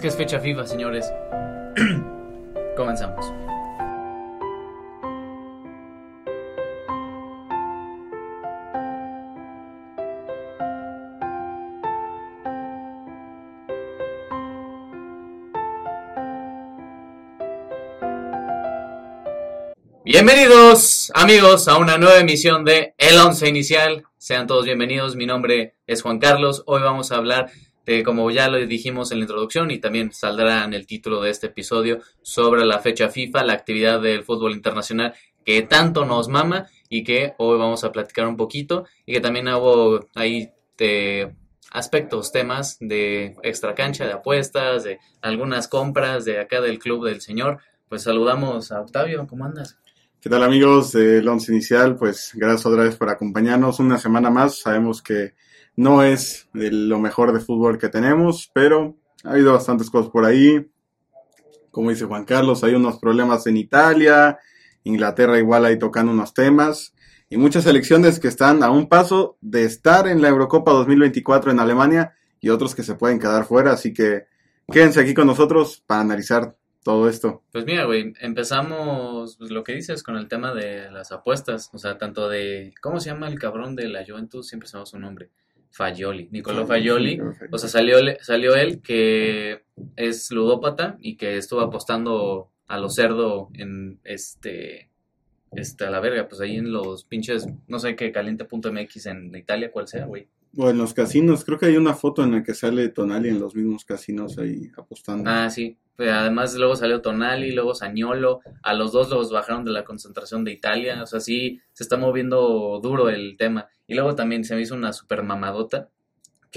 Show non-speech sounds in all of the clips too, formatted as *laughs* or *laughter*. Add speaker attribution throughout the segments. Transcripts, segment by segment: Speaker 1: que es fecha FIFA, señores. *clears throat* Comenzamos. Bienvenidos amigos a una nueva emisión de El Once Inicial. Sean todos bienvenidos, mi nombre es Juan Carlos. Hoy vamos a hablar de, Eh, como ya lo dijimos en la introducción y también saldrá en el título de este episodio, sobre la fecha FIFA, la actividad del fútbol internacional que tanto nos mama y que hoy vamos a platicar un poquito y que también hubo ahí de aspectos, temas de extra cancha, de apuestas, de algunas compras de acá del club del señor. Pues saludamos a Octavio, ¿cómo andas?
Speaker 2: ¿Qué tal amigos del Once Inicial? Pues gracias otra vez por acompañarnos una semana más. Sabemos que no es de lo mejor de fútbol que tenemos, pero ha habido bastantes cosas por ahí. Como dice Juan Carlos, hay unos problemas en Italia, Inglaterra igual ahí tocando unos temas, y muchas selecciones que están a un paso de estar en la Eurocopa 2024 en Alemania y otros que se pueden quedar fuera, así que quédense aquí con nosotros para analizar todo esto.
Speaker 1: Pues mira, güey, empezamos pues, lo que dices con el tema de las apuestas, o sea, tanto de, ¿cómo se llama el cabrón de la Juventus? Siempre sabemos su nombre. Fagioli,
Speaker 2: Ah,
Speaker 1: Nicolò Fagioli, o sea, salió, salió él que es ludópata y que estuvo apostando a lo cerdo en este, este, a la verga, pues ahí en los pinches, no sé qué, caliente.mx en Italia, cuál sea, güey.
Speaker 2: O en los casinos, creo que hay una foto en la que sale Tonali en los mismos casinos ahí apostando.
Speaker 1: Ah, sí, pero además luego salió Tonali, luego Sañolo, a los dos los bajaron de la concentración de Italia, o sea, sí se está moviendo duro el tema. Y luego también se me hizo una super mamadota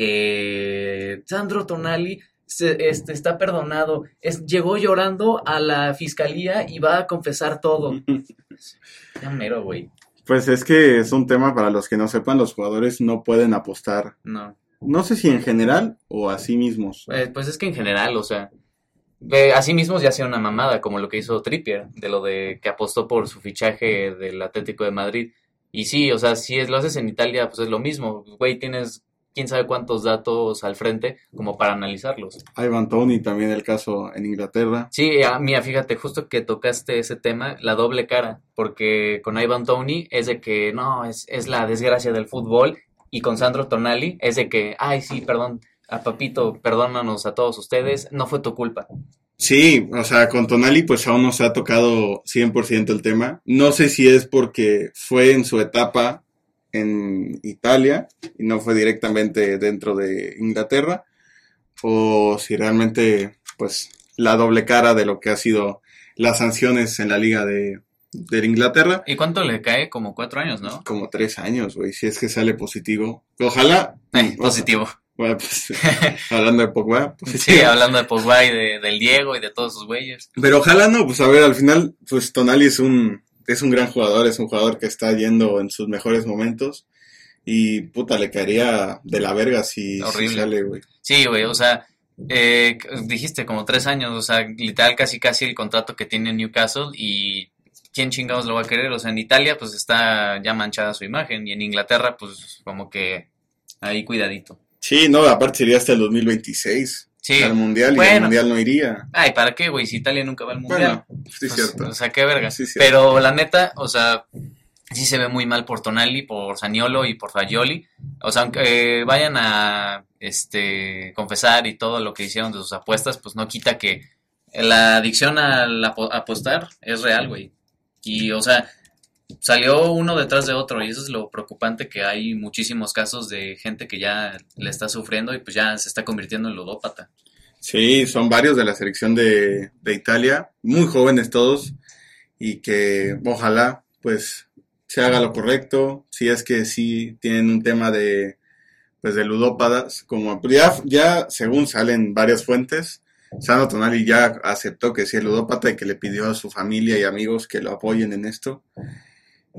Speaker 1: que Sandro Tonali se- este, está perdonado, es, llegó llorando a la fiscalía y va a confesar todo. Ya mero, güey.
Speaker 2: Pues es que es un tema para los que no sepan, los jugadores no pueden apostar,
Speaker 1: No.
Speaker 2: no sé si en general o a sí mismos.
Speaker 1: Eh, Pues es que en general, o sea, de, así mismo ya hacía una mamada, como lo que hizo Trippier, de lo de que apostó por su fichaje del Atlético de Madrid. Y sí, o sea, si es, lo haces en Italia, pues es lo mismo. Güey, tienes quién sabe cuántos datos al frente como para analizarlos.
Speaker 2: Ivan Tony también el caso en Inglaterra.
Speaker 1: Sí, ah, mira, fíjate, justo que tocaste ese tema, la doble cara, porque con Ivan Tony es de que no, es, es la desgracia del fútbol, y con Sandro Tonali es de que, ay, sí, perdón, a Papito, perdónanos a todos ustedes, no fue tu culpa.
Speaker 2: Sí, o sea, con Tonali pues aún no se ha tocado 100% el tema. No sé si es porque fue en su etapa en Italia y no fue directamente dentro de Inglaterra o si realmente pues la doble cara de lo que ha sido las sanciones en la liga de, de Inglaterra.
Speaker 1: ¿Y cuánto le cae? Como cuatro años, ¿no?
Speaker 2: Como tres años, güey, si es que sale positivo. Ojalá,
Speaker 1: Eh, *laughs* positivo.
Speaker 2: bueno, pues, hablando de Pogba, pues,
Speaker 1: Sí, hablando de Pogba y de, del Diego y de todos sus güeyes.
Speaker 2: Pero ojalá no, pues a ver, al final, pues Tonali es un, es un gran jugador, es un jugador que está yendo en sus mejores momentos. Y puta, le caería de la verga si, si
Speaker 1: Horrible.
Speaker 2: sale, güey.
Speaker 1: Sí, güey, o sea, eh, dijiste como tres años, o sea, literal casi casi el contrato que tiene Newcastle y quién chingados lo va a querer. O sea, en Italia pues está ya manchada su imagen y en Inglaterra pues como que ahí cuidadito.
Speaker 2: Sí, no, aparte sería hasta el 2026.
Speaker 1: Sí.
Speaker 2: Al mundial y al
Speaker 1: Bueno.
Speaker 2: mundial no iría.
Speaker 1: Ay, ¿para qué, güey? Si Italia nunca va al Mundial.
Speaker 2: Bueno, sí,
Speaker 1: Pues,
Speaker 2: cierto.
Speaker 1: O sea, qué verga.
Speaker 2: Sí, cierto.
Speaker 1: Pero la neta, o sea, sí se ve muy mal por Tonali, por Saniolo y por Fagioli. O sea, aunque eh, vayan a este confesar y todo lo que hicieron de sus apuestas, pues no quita que la adicción al apo- apostar es real, güey. Y, o sea, salió uno detrás de otro y eso es lo preocupante que hay muchísimos casos de gente que ya le está sufriendo y pues ya se está convirtiendo en ludópata.
Speaker 2: Sí, son varios de la selección de, de Italia, muy jóvenes todos, y que ojalá pues se haga lo correcto, si es que sí tienen un tema de pues de ludópadas, como ya, ya según salen varias fuentes, Sandro Tonali ya aceptó que sí es ludópata y que le pidió a su familia y amigos que lo apoyen en esto.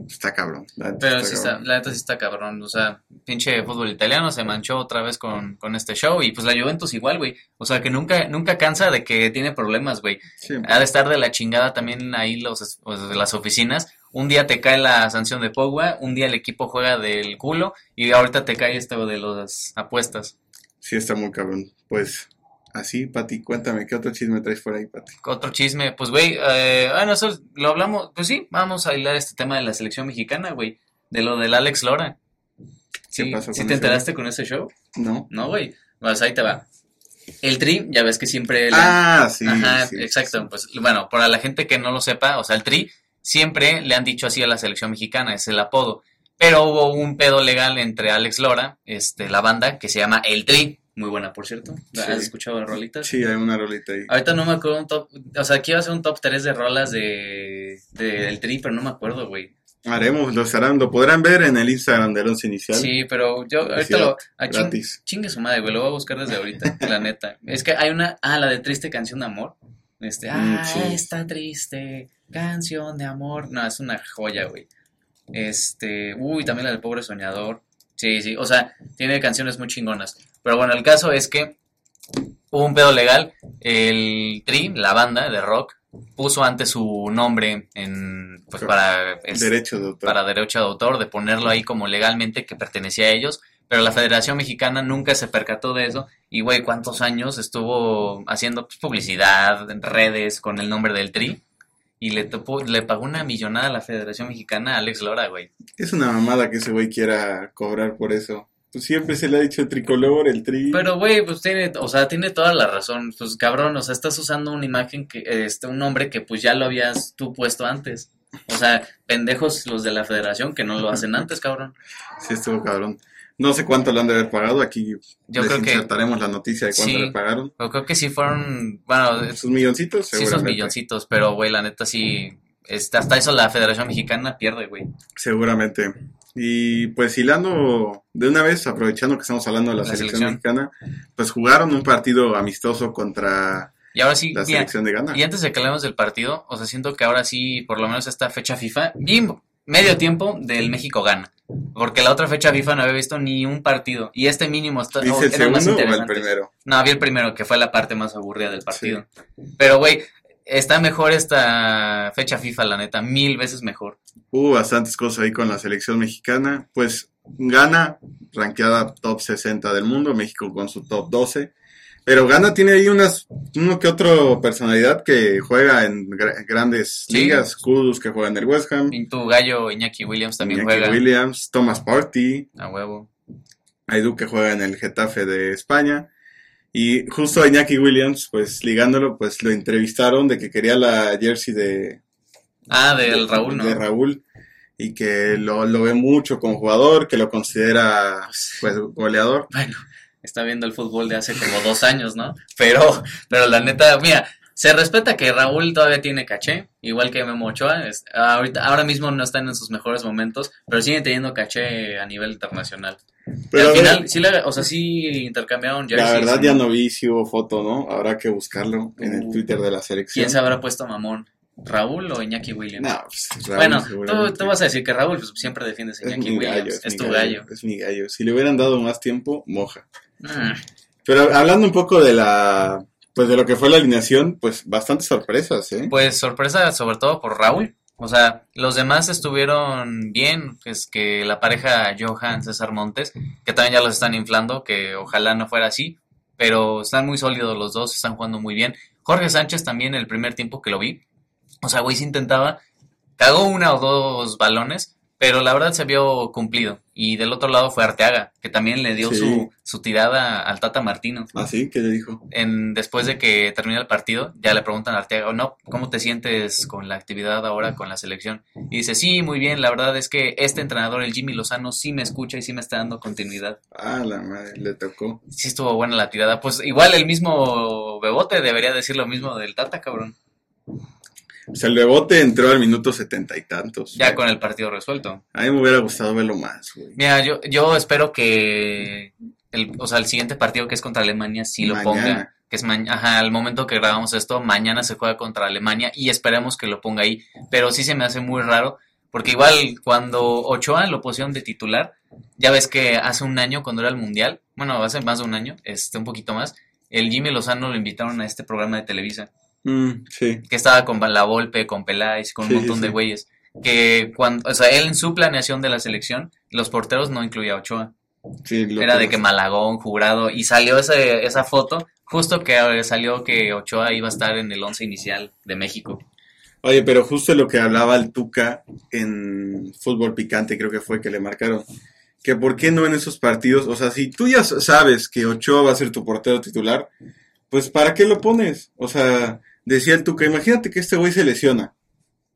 Speaker 2: Está cabrón. la neta
Speaker 1: Pero
Speaker 2: está
Speaker 1: sí
Speaker 2: cabrón.
Speaker 1: está, la neta sí está cabrón, o sea, pinche fútbol italiano se manchó otra vez con, con este show y pues la Juventus igual, güey. O sea, que nunca nunca cansa de que tiene problemas, güey.
Speaker 2: Sí.
Speaker 1: Ha de estar de la chingada también ahí los, es- pues, las oficinas. Un día te cae la sanción de Pogba, un día el equipo juega del culo y ahorita te cae esto de las apuestas.
Speaker 2: Sí, está muy cabrón. Pues Así, Pati, cuéntame, ¿qué otro chisme traes por ahí, Pati?
Speaker 1: Otro chisme, pues, güey, eh, bueno, eso lo hablamos, pues sí, vamos a hilar este tema de la selección mexicana, güey, de lo del Alex Lora. ¿Sí,
Speaker 2: pasó
Speaker 1: ¿sí
Speaker 2: con
Speaker 1: te
Speaker 2: ese?
Speaker 1: enteraste con ese show?
Speaker 2: No.
Speaker 1: No, güey, pues ahí te va. El Tri, ya ves que siempre... le-
Speaker 2: Ah, sí.
Speaker 1: Ajá,
Speaker 2: sí,
Speaker 1: exacto.
Speaker 2: sí.
Speaker 1: Pues bueno, para la gente que no lo sepa, o sea, el Tri siempre le han dicho así a la selección mexicana, es el apodo. Pero hubo un pedo legal entre Alex Lora, este, la banda, que se llama El Tri. Muy buena, por cierto. ¿La
Speaker 2: Sí.
Speaker 1: ¿Has escuchado las rolitas?
Speaker 2: Sí, hay una rolita ahí.
Speaker 1: Ahorita no me acuerdo un top. O sea, aquí iba a ser un top 3 de rolas de, de El Tri, pero no me acuerdo, güey.
Speaker 2: Haremos, lo estarán, lo podrán ver en el Instagram de Once Inicial.
Speaker 1: Sí, pero yo ahorita
Speaker 2: Publicidad
Speaker 1: lo. a ching-
Speaker 2: gratis.
Speaker 1: Chingue su madre, güey. Lo voy a buscar desde
Speaker 2: *laughs*
Speaker 1: ahorita, la neta. Es que hay una. Ah, la de triste canción de amor. Este.
Speaker 2: Mm,
Speaker 1: Ah,
Speaker 2: sí.
Speaker 1: está triste. Canción de amor. No, es una joya, güey. Este. Uy, también la del pobre soñador. Sí, sí. O sea, tiene canciones muy chingonas. Pero bueno, el caso es que hubo un pedo legal. El Tri, la banda de rock, puso antes su nombre en. Pues
Speaker 2: Claro.
Speaker 1: para. este,
Speaker 2: Derechos de autor.
Speaker 1: para derecho de autor, de ponerlo ahí como legalmente que pertenecía a ellos, pero la Federación Mexicana nunca se percató de eso y, güey, ¿cuántos años estuvo haciendo pues, publicidad en redes con el nombre del Tri? Y le, topó- le pagó una millonada a la Federación Mexicana a Alex Lora, güey.
Speaker 2: Es una mamada que ese güey quiera cobrar por eso. Pues siempre se le ha dicho el tricolor, el tri.
Speaker 1: Pero, güey, pues tiene, o sea, tiene toda la razón. Pues, cabrón, o sea, estás usando una imagen que, este, un nombre que pues ya lo habías tú puesto antes. O sea, pendejos los de la Federación que no lo hacen antes, cabrón.
Speaker 2: Sí, estuvo cabrón. No sé cuánto le han de haber pagado. Aquí
Speaker 1: Yo creo que,
Speaker 2: desinsertaremos la noticia de cuánto
Speaker 1: Sí.
Speaker 2: le pagaron.
Speaker 1: yo creo que sí fueron, bueno,
Speaker 2: Sus milloncitos,
Speaker 1: Sí, esos
Speaker 2: seguramente.
Speaker 1: milloncitos, pero güey, la neta sí. este, hasta eso la Federación Mexicana pierde, güey.
Speaker 2: Seguramente. Y pues hilando de una vez, aprovechando que estamos hablando de la,
Speaker 1: La
Speaker 2: selección,
Speaker 1: selección.
Speaker 2: mexicana, pues jugaron un partido amistoso contra
Speaker 1: Y ahora sí,
Speaker 2: la
Speaker 1: mira,
Speaker 2: selección de Ghana.
Speaker 1: y antes de que hablemos del partido, o sea, siento que ahora sí, por lo menos esta fecha FIFA, vi medio tiempo del México gana. Porque la otra fecha FIFA no había visto ni un partido. Y este mínimo está,
Speaker 2: ¿Dice el
Speaker 1: era más
Speaker 2: segundo o el
Speaker 1: interesante.
Speaker 2: primero?
Speaker 1: No, vi el primero, que fue la parte más aburrida del partido. Pero, güey, está mejor esta fecha FIFA, la neta, mil veces mejor.
Speaker 2: Hubo bastantes cosas ahí con la selección mexicana. Pues Ghana, ranqueada top 60 del mundo, México con su top 12. Pero Ghana tiene ahí unas, uno que otro personalidad que juega en gra- grandes
Speaker 1: Sí.
Speaker 2: ligas. Kudus que juega en el West Ham.
Speaker 1: Y tu gallo Iñaki Williams también
Speaker 2: Iñaki
Speaker 1: juega.
Speaker 2: Williams, Thomas Partey,
Speaker 1: A huevo.
Speaker 2: Aidu que juega en el Getafe de España. Y justo a Iñaki Williams, pues ligándolo, pues lo entrevistaron de que quería la jersey de,
Speaker 1: Ah, del Raúl, ¿no?
Speaker 2: de Raúl. Y que lo, lo ve mucho como jugador, que lo considera pues goleador.
Speaker 1: bueno, está viendo el fútbol de hace como dos años, ¿no? Pero, pero la neta, mira, se respeta que Raúl todavía tiene caché, igual que Memo Ochoa. es- ahorita, ahora mismo no están en sus mejores momentos, pero siguen teniendo caché a nivel internacional.
Speaker 2: Pero
Speaker 1: y
Speaker 2: a
Speaker 1: al
Speaker 2: ver,
Speaker 1: final, sí, le- o sea, sí intercambiaron
Speaker 2: la
Speaker 1: jerseys.
Speaker 2: verdad ya no vi si hubo foto, ¿no? Habrá que buscarlo en el
Speaker 1: Uh,
Speaker 2: Twitter de la selección.
Speaker 1: ¿Quién se habrá puesto mamón? ¿Raúl o Iñaki Williams?
Speaker 2: No, pues, Raúl
Speaker 1: bueno, tú,
Speaker 2: seguramente.
Speaker 1: tú vas a decir que Raúl pues, siempre defiendes a
Speaker 2: es
Speaker 1: Iñaki
Speaker 2: mi gallo,
Speaker 1: Williams.
Speaker 2: es,
Speaker 1: Es
Speaker 2: mi
Speaker 1: tu gallo.
Speaker 2: Es mi gallo. Si le hubieran dado más tiempo, moja.
Speaker 1: Mm,
Speaker 2: Pero hablando un poco de la, pues de lo que fue la alineación, pues bastantes sorpresas, ¿eh?
Speaker 1: Pues sorpresa sobre todo por Raúl. O sea, los demás estuvieron bien, es que la pareja Johan César Montes, que también ya los están inflando, que ojalá no fuera así, pero están muy sólidos los dos, están jugando muy bien. Jorge Sánchez también el primer tiempo que lo vi, o sea, güey se intentaba, cagó una o dos balones, pero la verdad se vio cumplido. Y del otro lado fue Arteaga, que también le dio
Speaker 2: Sí. Ah,
Speaker 1: su, su tirada al Tata Martino
Speaker 2: Así que le dijo.
Speaker 1: en- después de que termina el partido, ya le preguntan a Arteaga, no, ¿cómo te sientes con la actividad ahora con la selección? Y dice, sí, muy bien, la verdad es que este entrenador, el Jimmy Lozano, sí me escucha y sí me está dando continuidad.
Speaker 2: Ah, la madre, le tocó.
Speaker 1: Sí estuvo buena la tirada. Pues igual el mismo Bebote debería decir lo mismo del Tata, cabrón.
Speaker 2: O sea, el rebote entró al minuto setenta y tantos.
Speaker 1: Ya con el partido resuelto.
Speaker 2: A mí me hubiera gustado verlo más, güey.
Speaker 1: Mira, yo, yo espero que el, o sea, el siguiente partido que es contra Alemania sí lo
Speaker 2: Mañana.
Speaker 1: ponga. Que es mañana, ajá, al momento que grabamos esto, mañana se juega contra Alemania y esperemos que lo ponga ahí. Pero sí se me hace muy raro, porque igual cuando Ochoa lo pusieron de titular, ya ves que hace un año, cuando era el Mundial, bueno, hace más de un año, este, un poquito más, el Jimmy Lozano lo invitaron a este programa de Televisa
Speaker 2: Mm, sí.
Speaker 1: que estaba con La Volpe, con Peláez, con
Speaker 2: Sí,
Speaker 1: un
Speaker 2: sí,
Speaker 1: montón de
Speaker 2: sí.
Speaker 1: güeyes. Que cuando, o sea, él en su planeación de la selección, los porteros no incluía a Ochoa.
Speaker 2: sí lo
Speaker 1: Era de que
Speaker 2: conozco.
Speaker 1: Malagón, jurado, y salió ese- esa foto Justo que eh, salió que Ochoa iba a estar en el once inicial de México.
Speaker 2: Oye, pero justo lo que hablaba el Tuca en Fútbol Picante, creo que fue que le marcaron, que por qué no en esos partidos, o sea, si tú ya sabes que Ochoa va a ser tu portero titular, pues ¿para qué lo pones? O sea, decía el Tuca, imagínate que este güey se lesiona.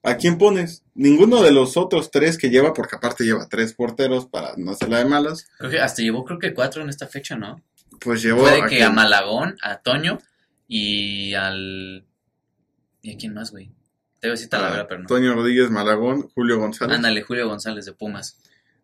Speaker 2: ¿A quién pones? Ninguno de los otros tres que lleva, porque aparte lleva tres porteros para no hacerla de malas,
Speaker 1: Creo que hasta llevó creo que cuatro en esta fecha, ¿no?
Speaker 2: pues llevó
Speaker 1: Puede
Speaker 2: a
Speaker 1: que
Speaker 2: quien-
Speaker 1: a Malagón, a Toño y al... ¿Y a quién más, güey? Te voy a decir Talavera,
Speaker 2: a
Speaker 1: pero no.
Speaker 2: Ah, Toño Rodríguez Malagón, Julio González.
Speaker 1: Ándale, Julio González de Pumas.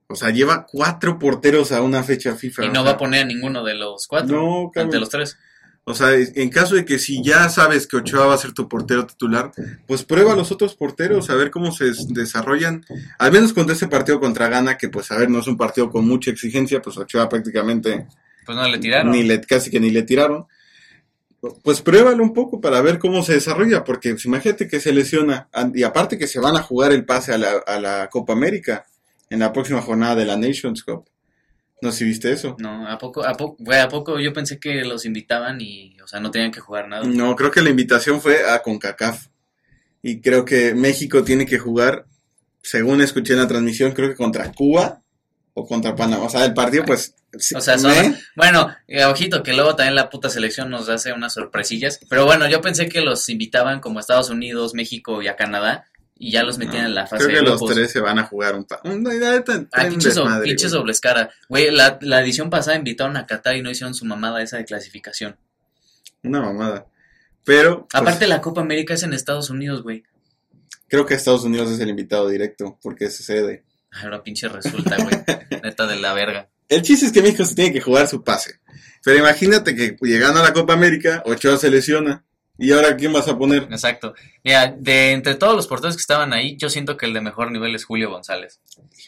Speaker 2: O sea, lleva cuatro porteros a una fecha FIFA.
Speaker 1: y
Speaker 2: o
Speaker 1: no
Speaker 2: sea,
Speaker 1: va a poner a ninguno de los cuatro.
Speaker 2: No, cabrón.
Speaker 1: ante los tres.
Speaker 2: O sea, en caso de que si ya sabes que Ochoa va a ser tu portero titular, pues prueba a los otros porteros a ver cómo se des- desarrollan. Al menos contra ese partido contra Ghana, que pues a ver, no es un partido con mucha exigencia, pues Ochoa prácticamente
Speaker 1: Pues no le tiraron.
Speaker 2: ni le, casi que ni le tiraron. Pues pruébalo un poco para ver cómo se desarrolla, porque pues, imagínate que se lesiona, an- y aparte que se van a jugar el pase a la, a la Copa América en la próxima jornada de la Nations Cup. No sé si viste eso.
Speaker 1: No, ¿a poco, a poco, güey, a poco yo pensé que los invitaban y, o sea, no tenían que jugar nada.
Speaker 2: No, creo que la invitación fue a CONCACAF. Y creo que México tiene que jugar, según escuché en la transmisión, creo que contra Cuba o contra Panamá. O sea, el partido, pues.
Speaker 1: O sea, son-
Speaker 2: ¿eh?
Speaker 1: Bueno, eh, ojito que luego también la puta selección nos hace unas sorpresillas. Pero bueno, yo pensé que los invitaban como a Estados Unidos, México y a Canadá y ya los metían en la fase
Speaker 2: Creo
Speaker 1: de
Speaker 2: que los
Speaker 1: grupos.
Speaker 2: tres se van a jugar un. pa- un- la neta,
Speaker 1: Ah,
Speaker 2: un
Speaker 1: pinches, so-
Speaker 2: desmadre,
Speaker 1: pinches
Speaker 2: güey.
Speaker 1: dobles cara. Güey, la, la edición pasada invitaron a Qatar y no hicieron su mamada esa de clasificación.
Speaker 2: Una mamada. Pero. pues,
Speaker 1: Aparte, la Copa América es en Estados Unidos, güey.
Speaker 2: Creo que Estados Unidos es el invitado directo, porque es sede.
Speaker 1: Ahora pinche resulta,
Speaker 2: *laughs*
Speaker 1: güey. Neta de la verga.
Speaker 2: El chiste es que México se tiene que jugar su pase. Pero imagínate que llegando a la Copa América, Ochoa se lesiona. ¿Y ahora quién vas a poner?
Speaker 1: Exacto. Mira, de entre todos los porteros que estaban ahí, yo siento que el de mejor nivel es Julio González.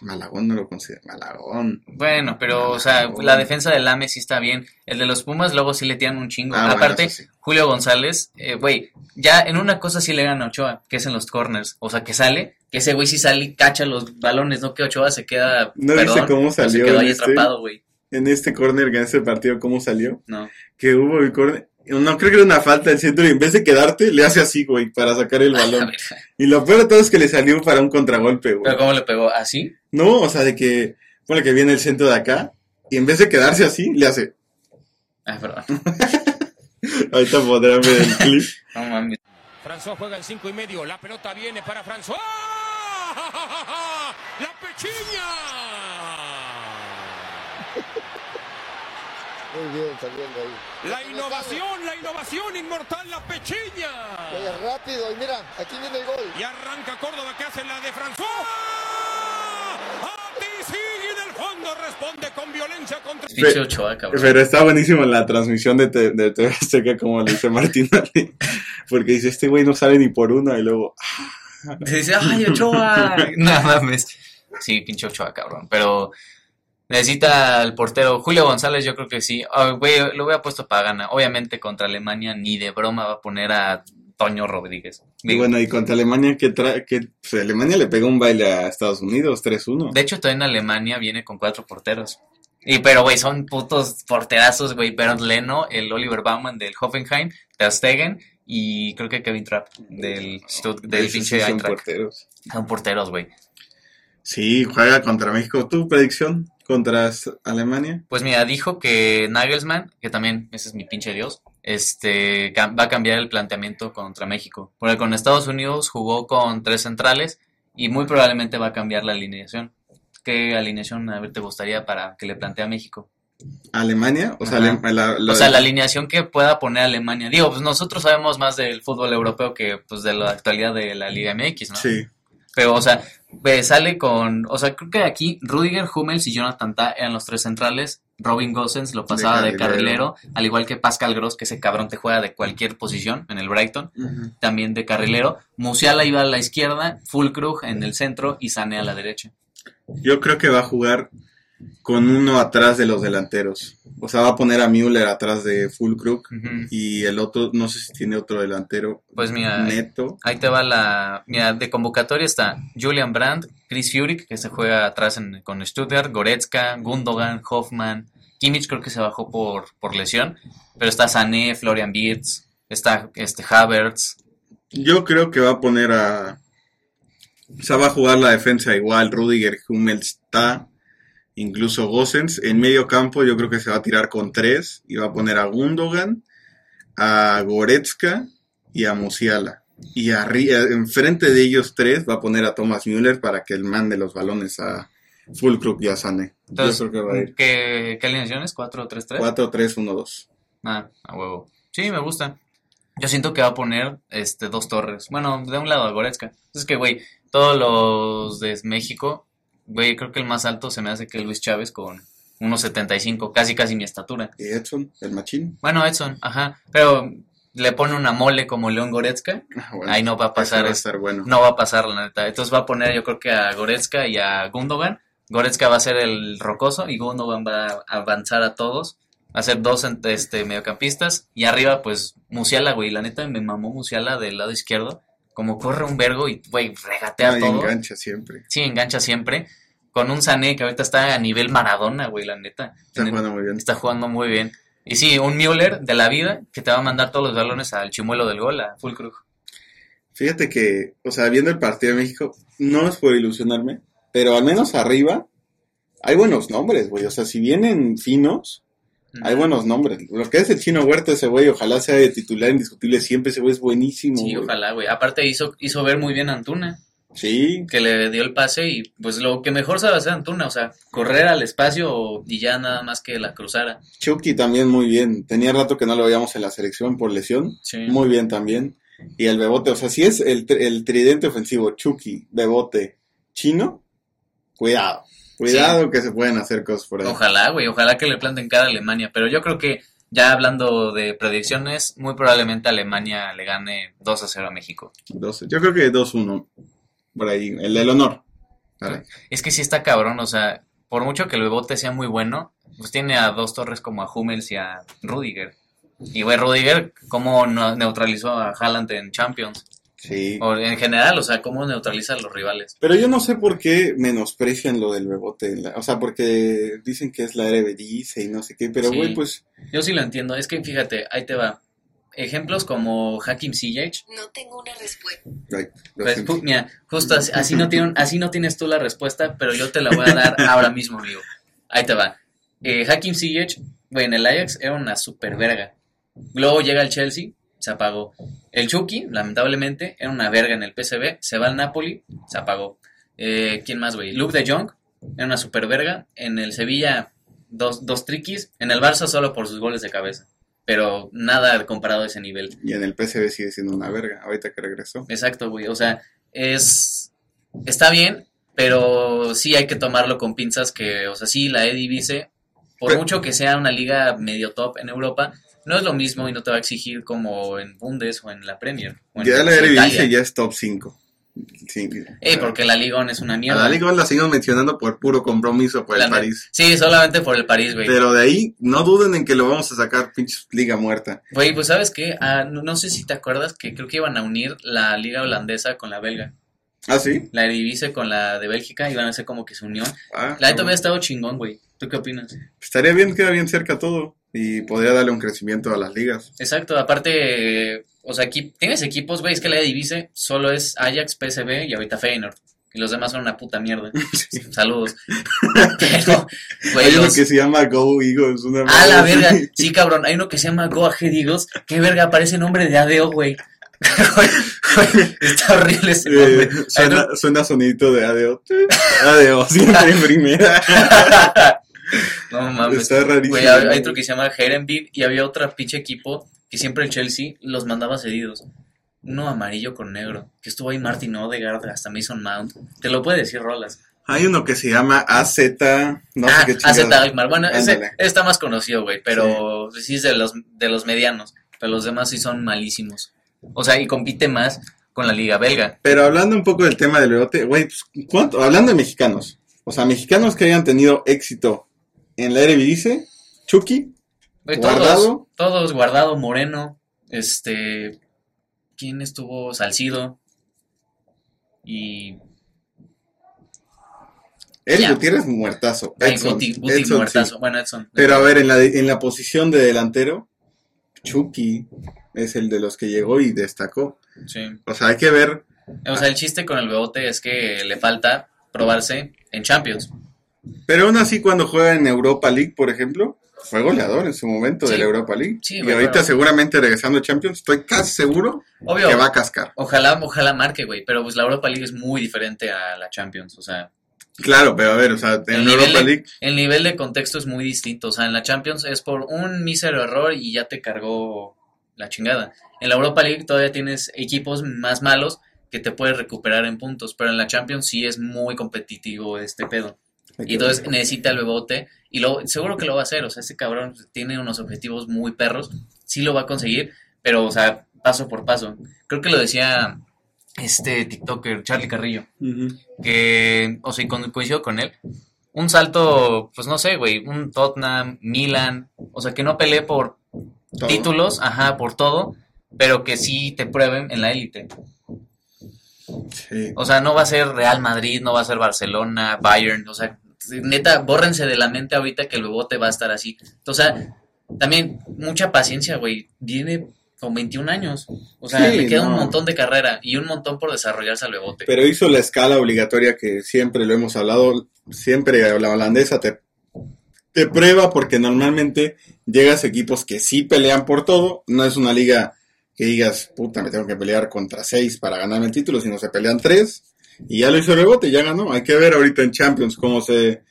Speaker 2: Malagón no lo considera. Malagón.
Speaker 1: Bueno, pero, o
Speaker 2: Ah,
Speaker 1: sea, la defensa del AME sí está bien. El de los Pumas luego sí le tiran un chingo.
Speaker 2: Ah, bueno,
Speaker 1: Aparte,
Speaker 2: eso sí.
Speaker 1: Julio González, eh, güey, ya en una cosa sí le gana a Ochoa, que es en los corners. O sea, que sale, que ese güey sí sale y cacha los balones, no que Ochoa se queda.
Speaker 2: ¿No
Speaker 1: perdón,
Speaker 2: viste cómo
Speaker 1: pero Se
Speaker 2: salió
Speaker 1: quedó
Speaker 2: en
Speaker 1: ahí
Speaker 2: este?
Speaker 1: atrapado, güey.
Speaker 2: en este córner, en este partido, cómo salió.
Speaker 1: No.
Speaker 2: Que hubo el córner. No creo que era una falta del centro y en vez de quedarte, le hace así, güey, para sacar el
Speaker 1: *laughs* A
Speaker 2: balón.
Speaker 1: ver,
Speaker 2: Y lo peor de todo es que le salió para un contragolpe, güey.
Speaker 1: pero ¿cómo le pegó? ¿Ah, ¿Así?
Speaker 2: No, o sea, de que, bueno, que viene el centro de acá y en vez de quedarse así, le hace.
Speaker 1: Ah, perdón.
Speaker 2: Ahorita podrán
Speaker 1: *laughs*
Speaker 2: ver el clip.
Speaker 1: No mames.
Speaker 3: François juega en cinco y medio. La pelota viene para François. *laughs* ¡La pechiña!
Speaker 4: Muy bien, saliendo ahí.
Speaker 3: La innovación, la innovación inmortal, la
Speaker 5: Ah.
Speaker 3: pechiña.
Speaker 4: Vaya rápido y mira, aquí viene el gol.
Speaker 3: Y arranca Córdoba que hace la de François. Atis sigue en el fondo, responde con violencia contra...
Speaker 1: Pinche Ochoa, cabrón.
Speaker 2: Pero está buenísimo la transmisión de, te, de TV Azteca, como le dice Martín Ali, Porque dice, este güey no sale ni por una y luego,
Speaker 1: Se dice, ¡ay, Ochoa! *laughs* no mames. Sí, pinche Ochoa, cabrón. Pero necesita el portero Julio González, yo creo que sí. Ah, güey, lo hubiera puesto para gana. Obviamente contra Alemania ni de broma va a poner a Toño Rodríguez.
Speaker 2: Y bueno, y contra Alemania, que trae? Que, pues, Alemania le pegó un baile a Estados Unidos, 3-1.
Speaker 1: De hecho, todavía en Alemania viene con cuatro porteros. Y pero, güey, son putos porterazos, güey. Bernd Leno, el Oliver Baumann del Hoffenheim, Ter Stegen y creo que Kevin Trapp del, Stutt- del
Speaker 2: Esos sí
Speaker 1: pinche
Speaker 2: son
Speaker 1: Eintracht.
Speaker 2: porteros.
Speaker 1: Son porteros, güey.
Speaker 2: Sí, juega contra México. ¿Tu predicción contra S- Alemania?
Speaker 1: Pues mira, dijo que Nagelsmann, que también ese es mi pinche dios, este cam- va a cambiar el planteamiento contra México. Porque con Estados Unidos jugó con tres centrales y muy probablemente va a cambiar la alineación. ¿Qué alineación a ver, te gustaría para que le plantee a México?
Speaker 2: ¿Alemania? O sea,
Speaker 1: Ajá.
Speaker 2: Alem- la, la-
Speaker 1: O sea, la alineación que pueda poner Alemania. Digo, pues nosotros sabemos más del fútbol europeo que pues de la actualidad de la Liga MX, ¿no?
Speaker 2: Sí,
Speaker 1: Pero, o sea, ve, sale con. O sea, creo que aquí Rudiger, Hummels y Jonathan Ta eran los tres centrales. Robin Gosens lo pasaba de,
Speaker 2: De
Speaker 1: carrilero,
Speaker 2: carrilero.
Speaker 1: al igual que Pascal Gross, que ese cabrón te juega de cualquier posición en el Brighton, también de carrilero. Musiala iba a la izquierda, Fulkrug en el centro y Sané a la derecha.
Speaker 2: yo creo que va a jugar con uno atrás de los delanteros. O sea, va a poner a Müller atrás de Fulkrug
Speaker 1: Ujú.
Speaker 2: y el otro, no sé si tiene otro delantero,
Speaker 1: Pues mira,
Speaker 2: Neto.
Speaker 1: ahí te va la. Mira, de convocatoria está Julian Brandt, Chris Furyk, que se juega atrás en- con Stuttgart, Goretzka, Gundogan, Hoffman, Kimmich creo que se bajó por, por lesión, pero está Sané, Florian Wirtz, está este Havertz.
Speaker 2: Yo creo que va a poner a. O sea, va a jugar la defensa igual. Rudiger, Hummels, está. Incluso Gossens. En medio campo, yo creo que se va a tirar con tres. Y va a poner a Gundogan, a Goretzka y a Musiala. Y arriba, enfrente de ellos tres, va a poner a Thomas Müller para que él mande los balones a Fulcrup y a Sané.
Speaker 1: Entonces, ¿eh?
Speaker 2: yo creo que va a ir
Speaker 1: ¿qué, qué alineación es? ¿4, 3, 3?
Speaker 2: 4-3-1-2.
Speaker 1: Ah, a huevo. Sí, me gusta. Yo siento que va a poner este dos torres. Bueno, de un lado a Goretzka. Es que, güey, todos los de México, güey, creo que el más alto se me hace que Luis Chávez con unos 75, casi casi mi estatura.
Speaker 2: Y Edson, el machín.
Speaker 1: Bueno, Edson, ajá, pero le pone una mole como León Goretzka,
Speaker 2: Ah, bueno,
Speaker 1: ahí no va a pasar
Speaker 2: ese Va a
Speaker 1: Pues, eso.
Speaker 2: estar bueno.
Speaker 1: no va a pasar la neta. Entonces va a poner yo creo que a Goretzka y a Gundogan. Goretzka va a ser el rocoso y Gundogan va a avanzar a todos. Va a ser dos ent- este, mediocampistas. Y arriba, pues, Musiala, güey. La neta me mamó Musiala del lado izquierdo. Como corre un vergo y, güey, regatea
Speaker 2: Ahí
Speaker 1: todo.
Speaker 2: engancha siempre.
Speaker 1: Sí, engancha siempre. Con un Sané que ahorita está a nivel Maradona, güey, la neta.
Speaker 2: Está
Speaker 1: En-
Speaker 2: jugando muy bien.
Speaker 1: Está jugando muy bien. Y sí, un Müller de la vida que te va a mandar todos los balones al chimuelo del gol, a Fulcrug.
Speaker 2: Fíjate que, o sea, viendo el partido de México, no es por ilusionarme, pero al menos arriba hay buenos nombres, güey. O sea, si vienen finos, hay buenos nombres. Lo que es el chino Huerta, ese güey, ojalá sea de titular indiscutible siempre, ese güey es buenísimo.
Speaker 1: Sí,
Speaker 2: güey.
Speaker 1: ojalá, güey. Aparte hizo, hizo ver muy bien a Antuna,
Speaker 2: Sí,
Speaker 1: que le dio el pase y pues lo que mejor sabe hacer Antuna, o sea, correr al espacio y ya nada más que la cruzara.
Speaker 2: Chucky también muy bien. Tenía rato que no lo veíamos en la selección por lesión.
Speaker 1: Sí.
Speaker 2: Muy bien también. Y el Bebote, o sea, si es el, tri- el tridente ofensivo, Chucky, Bebote, Chino, cuidado. Cuidado que se pueden hacer cosas por ahí.
Speaker 1: Ojalá, güey, ojalá que le planten cara a Alemania, pero yo creo que ya hablando de predicciones, muy probablemente Alemania le gane 2 a 0 a México.
Speaker 2: 12. Yo creo que 2-1. Por ahí, el del honor. Vale.
Speaker 1: Es que sí está cabrón, o sea, por mucho que el bebote sea muy bueno, pues tiene a dos torres como a Hummels y a Rudiger. Y güey, Rudiger, ¿cómo no- neutralizó a Haaland en Champions?
Speaker 2: Sí.
Speaker 1: O en general, o sea, ¿cómo neutraliza a los rivales?
Speaker 2: Pero yo no sé por qué menosprecian lo del bebote. en la- O sea, porque dicen que es la dice y no sé qué. Pero,
Speaker 1: Sí.
Speaker 2: güey, pues
Speaker 1: Yo sí lo entiendo, es que fíjate, ahí te va. Ejemplos como Hakim Ziyech,
Speaker 6: No tengo una respuesta.
Speaker 2: ay, lo
Speaker 1: pues,
Speaker 2: siento.
Speaker 1: ju- mira, justo así, así no tienen- así no tienes tú la respuesta, pero yo te la voy a dar ahora mismo, amigo. Ahí te va. Eh, Hakim Ziyech, güey, en el Ajax era una super verga. Luego llega el Chelsea, se apagó. El Chucky, lamentablemente, era una verga en el PSV, se va al Napoli, se apagó. Eh, ¿Quién más, güey? Luke de Jong, era una super verga. En el Sevilla, dos, dos triquis. En el Barça solo por sus goles de cabeza. Pero nada comparado a ese nivel.
Speaker 2: Y en el PCB sigue siendo una verga. Ahorita que regresó.
Speaker 1: Exacto, güey. O sea, es. Está bien, pero sí hay que tomarlo con pinzas que, o sea, sí, la Eredivisie, por
Speaker 2: Pero-
Speaker 1: mucho que sea una liga medio top en Europa, no es lo mismo y no te va a exigir como en Bundes o en la Premier. o en
Speaker 2: Ya la Eredivisie
Speaker 1: Italia.
Speaker 2: ya es top 5. Sí.
Speaker 1: pues, Eh, porque la Liga es una
Speaker 2: A
Speaker 1: mierda.
Speaker 2: la Liga la sigo mencionando por puro compromiso por
Speaker 1: La
Speaker 2: el
Speaker 1: neta.
Speaker 2: París.
Speaker 1: Sí, solamente por el París, güey.
Speaker 2: Pero de ahí, no duden en que lo vamos a sacar, pinche liga muerta.
Speaker 1: Güey, pues sabes qué, Ah, no, no sé si te acuerdas que creo que iban a unir la liga holandesa con la belga,
Speaker 2: ¿Ah, sí?
Speaker 1: la Eredivisie con la de Bélgica, iban a hacer como que su unión.
Speaker 2: Ah,
Speaker 1: La neta
Speaker 2: cabrón.
Speaker 1: hubiera estado chingón, güey. ¿Tú qué opinas?
Speaker 2: Estaría bien, queda bien cerca todo. Y podría darle un crecimiento a las ligas.
Speaker 1: Exacto, aparte, eh, o sea, aquí tienes equipos, güey, es que la divise solo es Ajax, PSV y ahorita Feyenoord. Y los demás son una puta
Speaker 2: *laughs*
Speaker 1: mierda. Saludos. Pero, güey,
Speaker 2: Hay uno
Speaker 1: los-
Speaker 2: que se llama Go Eagles. Una
Speaker 1: A
Speaker 2: madre
Speaker 1: Pues Ah, la
Speaker 2: así. *laughs*
Speaker 1: verga, sí, cabrón, hay uno que se llama Goa Digos. Qué verga, parece nombre de ADO, güey. *laughs* Güey, Está horrible ese nombre.
Speaker 2: Eh, suena, suena sonidito
Speaker 1: *laughs*
Speaker 2: de ADO. ADO, siempre
Speaker 1: Ah,
Speaker 2: en primera.
Speaker 1: No mames.
Speaker 2: Está rarísimo.
Speaker 1: pues, Güey, hay, hay otro que se llama Herenbib y había otro pinche equipo que siempre el Chelsea los mandaba cedidos. Uno amarillo con negro, que estuvo ahí Martin Odegaard, hasta Mason Mount. Te lo puede decir Rolas.
Speaker 2: Hay uno que se llama AZ. No sé
Speaker 1: ah,
Speaker 2: qué
Speaker 1: AZ
Speaker 2: chingada.
Speaker 1: Alkmaar. Bueno, ese,
Speaker 2: Ándale.
Speaker 1: ese está más conocido, güey, pero sí, es de los, de los medianos. Pero los demás sí son malísimos. O sea, y compite más con la liga belga.
Speaker 2: Pero hablando un poco del tema del bebote, güey, pues, ¿cuánto? hablando de mexicanos, o sea, mexicanos que hayan tenido éxito en la Eredivisie, Chucky,
Speaker 1: Güey,
Speaker 2: Guardado.
Speaker 1: Todos, todos, Guardado, Moreno, este... ¿Quién estuvo? Salcido. Y
Speaker 2: El
Speaker 1: Ya.
Speaker 2: Gutiérrez muertazo.
Speaker 1: Ay,
Speaker 2: Edson,
Speaker 1: Guti, Guti
Speaker 2: Edson,
Speaker 1: muertazo.
Speaker 2: sí.
Speaker 1: Bueno, Edson.
Speaker 2: Pero a ver, en la, de- en la posición de delantero, Chucky es el de los que llegó y destacó.
Speaker 1: Sí.
Speaker 2: O sea, hay que ver.
Speaker 1: O sea, el chiste con el Bebote es que le falta probarse en Champions.
Speaker 2: Pero aún así, cuando juega en Europa League, por ejemplo, fue goleador en su momento
Speaker 1: Sí.
Speaker 2: de la Europa League.
Speaker 1: Sí,
Speaker 2: y
Speaker 1: güey,
Speaker 2: ahorita
Speaker 1: pero-
Speaker 2: seguramente regresando a Champions, estoy casi seguro
Speaker 1: Obvio.
Speaker 2: que va a cascar.
Speaker 1: Ojalá, ojalá marque, güey. Pero pues la Europa League es muy diferente a la Champions. O sea,
Speaker 2: Claro, pero a ver, o sea, en
Speaker 1: el, nivel
Speaker 2: Europa
Speaker 1: de,
Speaker 2: League,
Speaker 1: el nivel de contexto es muy distinto. O sea, en la Champions es por un mísero error y ya te cargó la chingada. En la Europa League todavía tienes equipos más malos que te puedes recuperar en puntos. Pero en la Champions sí es muy competitivo este pedo. Y entonces necesita el bebote. Y lo, seguro que lo va a hacer. O sea, ese cabrón tiene unos objetivos muy perros. Sí lo va a conseguir. Pero, o sea, paso por paso. Creo que lo decía este TikToker, Charlie Carrillo.
Speaker 2: Ujú.
Speaker 1: Que, o sea, y con- coincido con él. Un salto, pues no sé, güey. Un Tottenham, Milan. O sea, que no pelee por
Speaker 2: Todo.
Speaker 1: títulos, ajá, por todo. Pero que sí te prueben en la élite.
Speaker 2: Sí.
Speaker 1: O sea, no va a ser Real Madrid, no va a ser Barcelona, Bayern. O sea, neta, bórrense de la mente ahorita que el bebote va a estar así. O sea, también mucha paciencia, güey. Viene con 21 años. O sea,
Speaker 2: Sí,
Speaker 1: le queda un
Speaker 2: no.
Speaker 1: montón de carrera y un montón por desarrollarse al bebote.
Speaker 2: Pero hizo la escala obligatoria que siempre lo hemos hablado, siempre la holandesa te, te prueba porque normalmente llegas a equipos que sí pelean por todo, no es una liga que digas, puta, me tengo que pelear contra seis para ganarme el título, sino se pelean tres y ya lo hizo el rebote, ya ganó. Hay que ver ahorita en Champions cómo se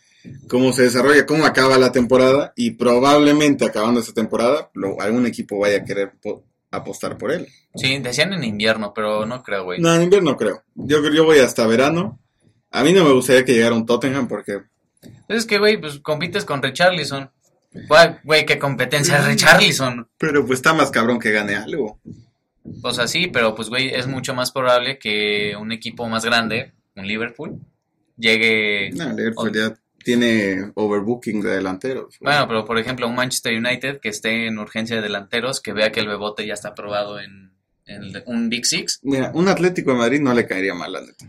Speaker 2: cómo se desarrolla, cómo acaba la temporada y probablemente acabando esa temporada lo- algún equipo vaya a querer po- apostar por él.
Speaker 1: Sí, decían en invierno, pero no creo, güey.
Speaker 2: No, en invierno creo. Yo creo yo voy hasta verano. A mí no me gustaría que llegara un Tottenham porque
Speaker 1: Entonces, que, güey, pues compites con Richarlison. Guay, Güey, qué competencia es Richarlison.
Speaker 2: pero pues está más cabrón que gane algo.
Speaker 1: O sea, sí, pero pues, güey, es mucho más probable que un equipo más grande, un Liverpool, llegue
Speaker 2: No, Liverpool ya tiene overbooking de delanteros. güey.
Speaker 1: Bueno, pero por ejemplo, un Manchester United que esté en urgencia de delanteros, que vea que el bebote ya está probado en, en el- un Big Six,
Speaker 2: Mira, un Atlético de Madrid no le caería mal, la neta.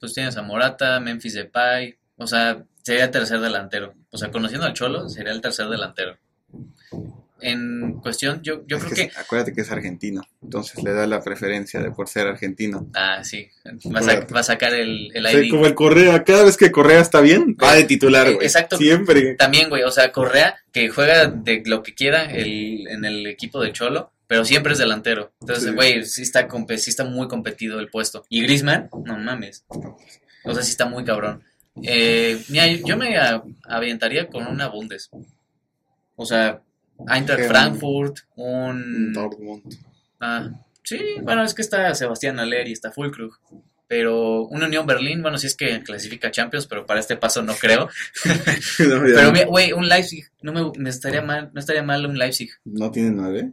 Speaker 1: pues tienes a Morata, Memphis Depay, o sea, sería tercer delantero. O sea, conociendo al Cholo, sería el tercer delantero. En cuestión, yo, yo
Speaker 2: Es
Speaker 1: creo
Speaker 2: que
Speaker 1: que...
Speaker 2: es- Acuérdate que es argentino, entonces le da la preferencia de por ser argentino.
Speaker 1: Ah, sí, va a, sa- va a sacar el, el
Speaker 2: O sea,
Speaker 1: ID.
Speaker 2: como el Correa, cada vez que Correa está bien, va de titular, güey.
Speaker 1: Eh, Exacto.
Speaker 2: Siempre.
Speaker 1: También, güey, o sea, Correa, que juega de lo que quiera el- en el equipo de Cholo, pero siempre es delantero. Entonces,
Speaker 2: Sí.
Speaker 1: güey, sí. está compe- sí está muy competido el puesto. Y Griezmann, no mames. O sea, sí está muy cabrón. Eh, mira, yo yo me a- avientaría con una Bundes. O sea, Eintracht
Speaker 2: Ok.
Speaker 1: Frankfurt, un...
Speaker 2: Dortmund. *laughs*
Speaker 1: Ah, sí, bueno, es que está Sebastián Aller y está Fulkrug. Pero una Unión Berlín, bueno, si es que clasifica Champions, pero para este paso no creo.
Speaker 2: No, ya
Speaker 1: Pero,
Speaker 2: no-
Speaker 1: mira, güey, un Leipzig. No me, me estaría mal, no estaría mal un Leipzig.
Speaker 2: no tiene nueve.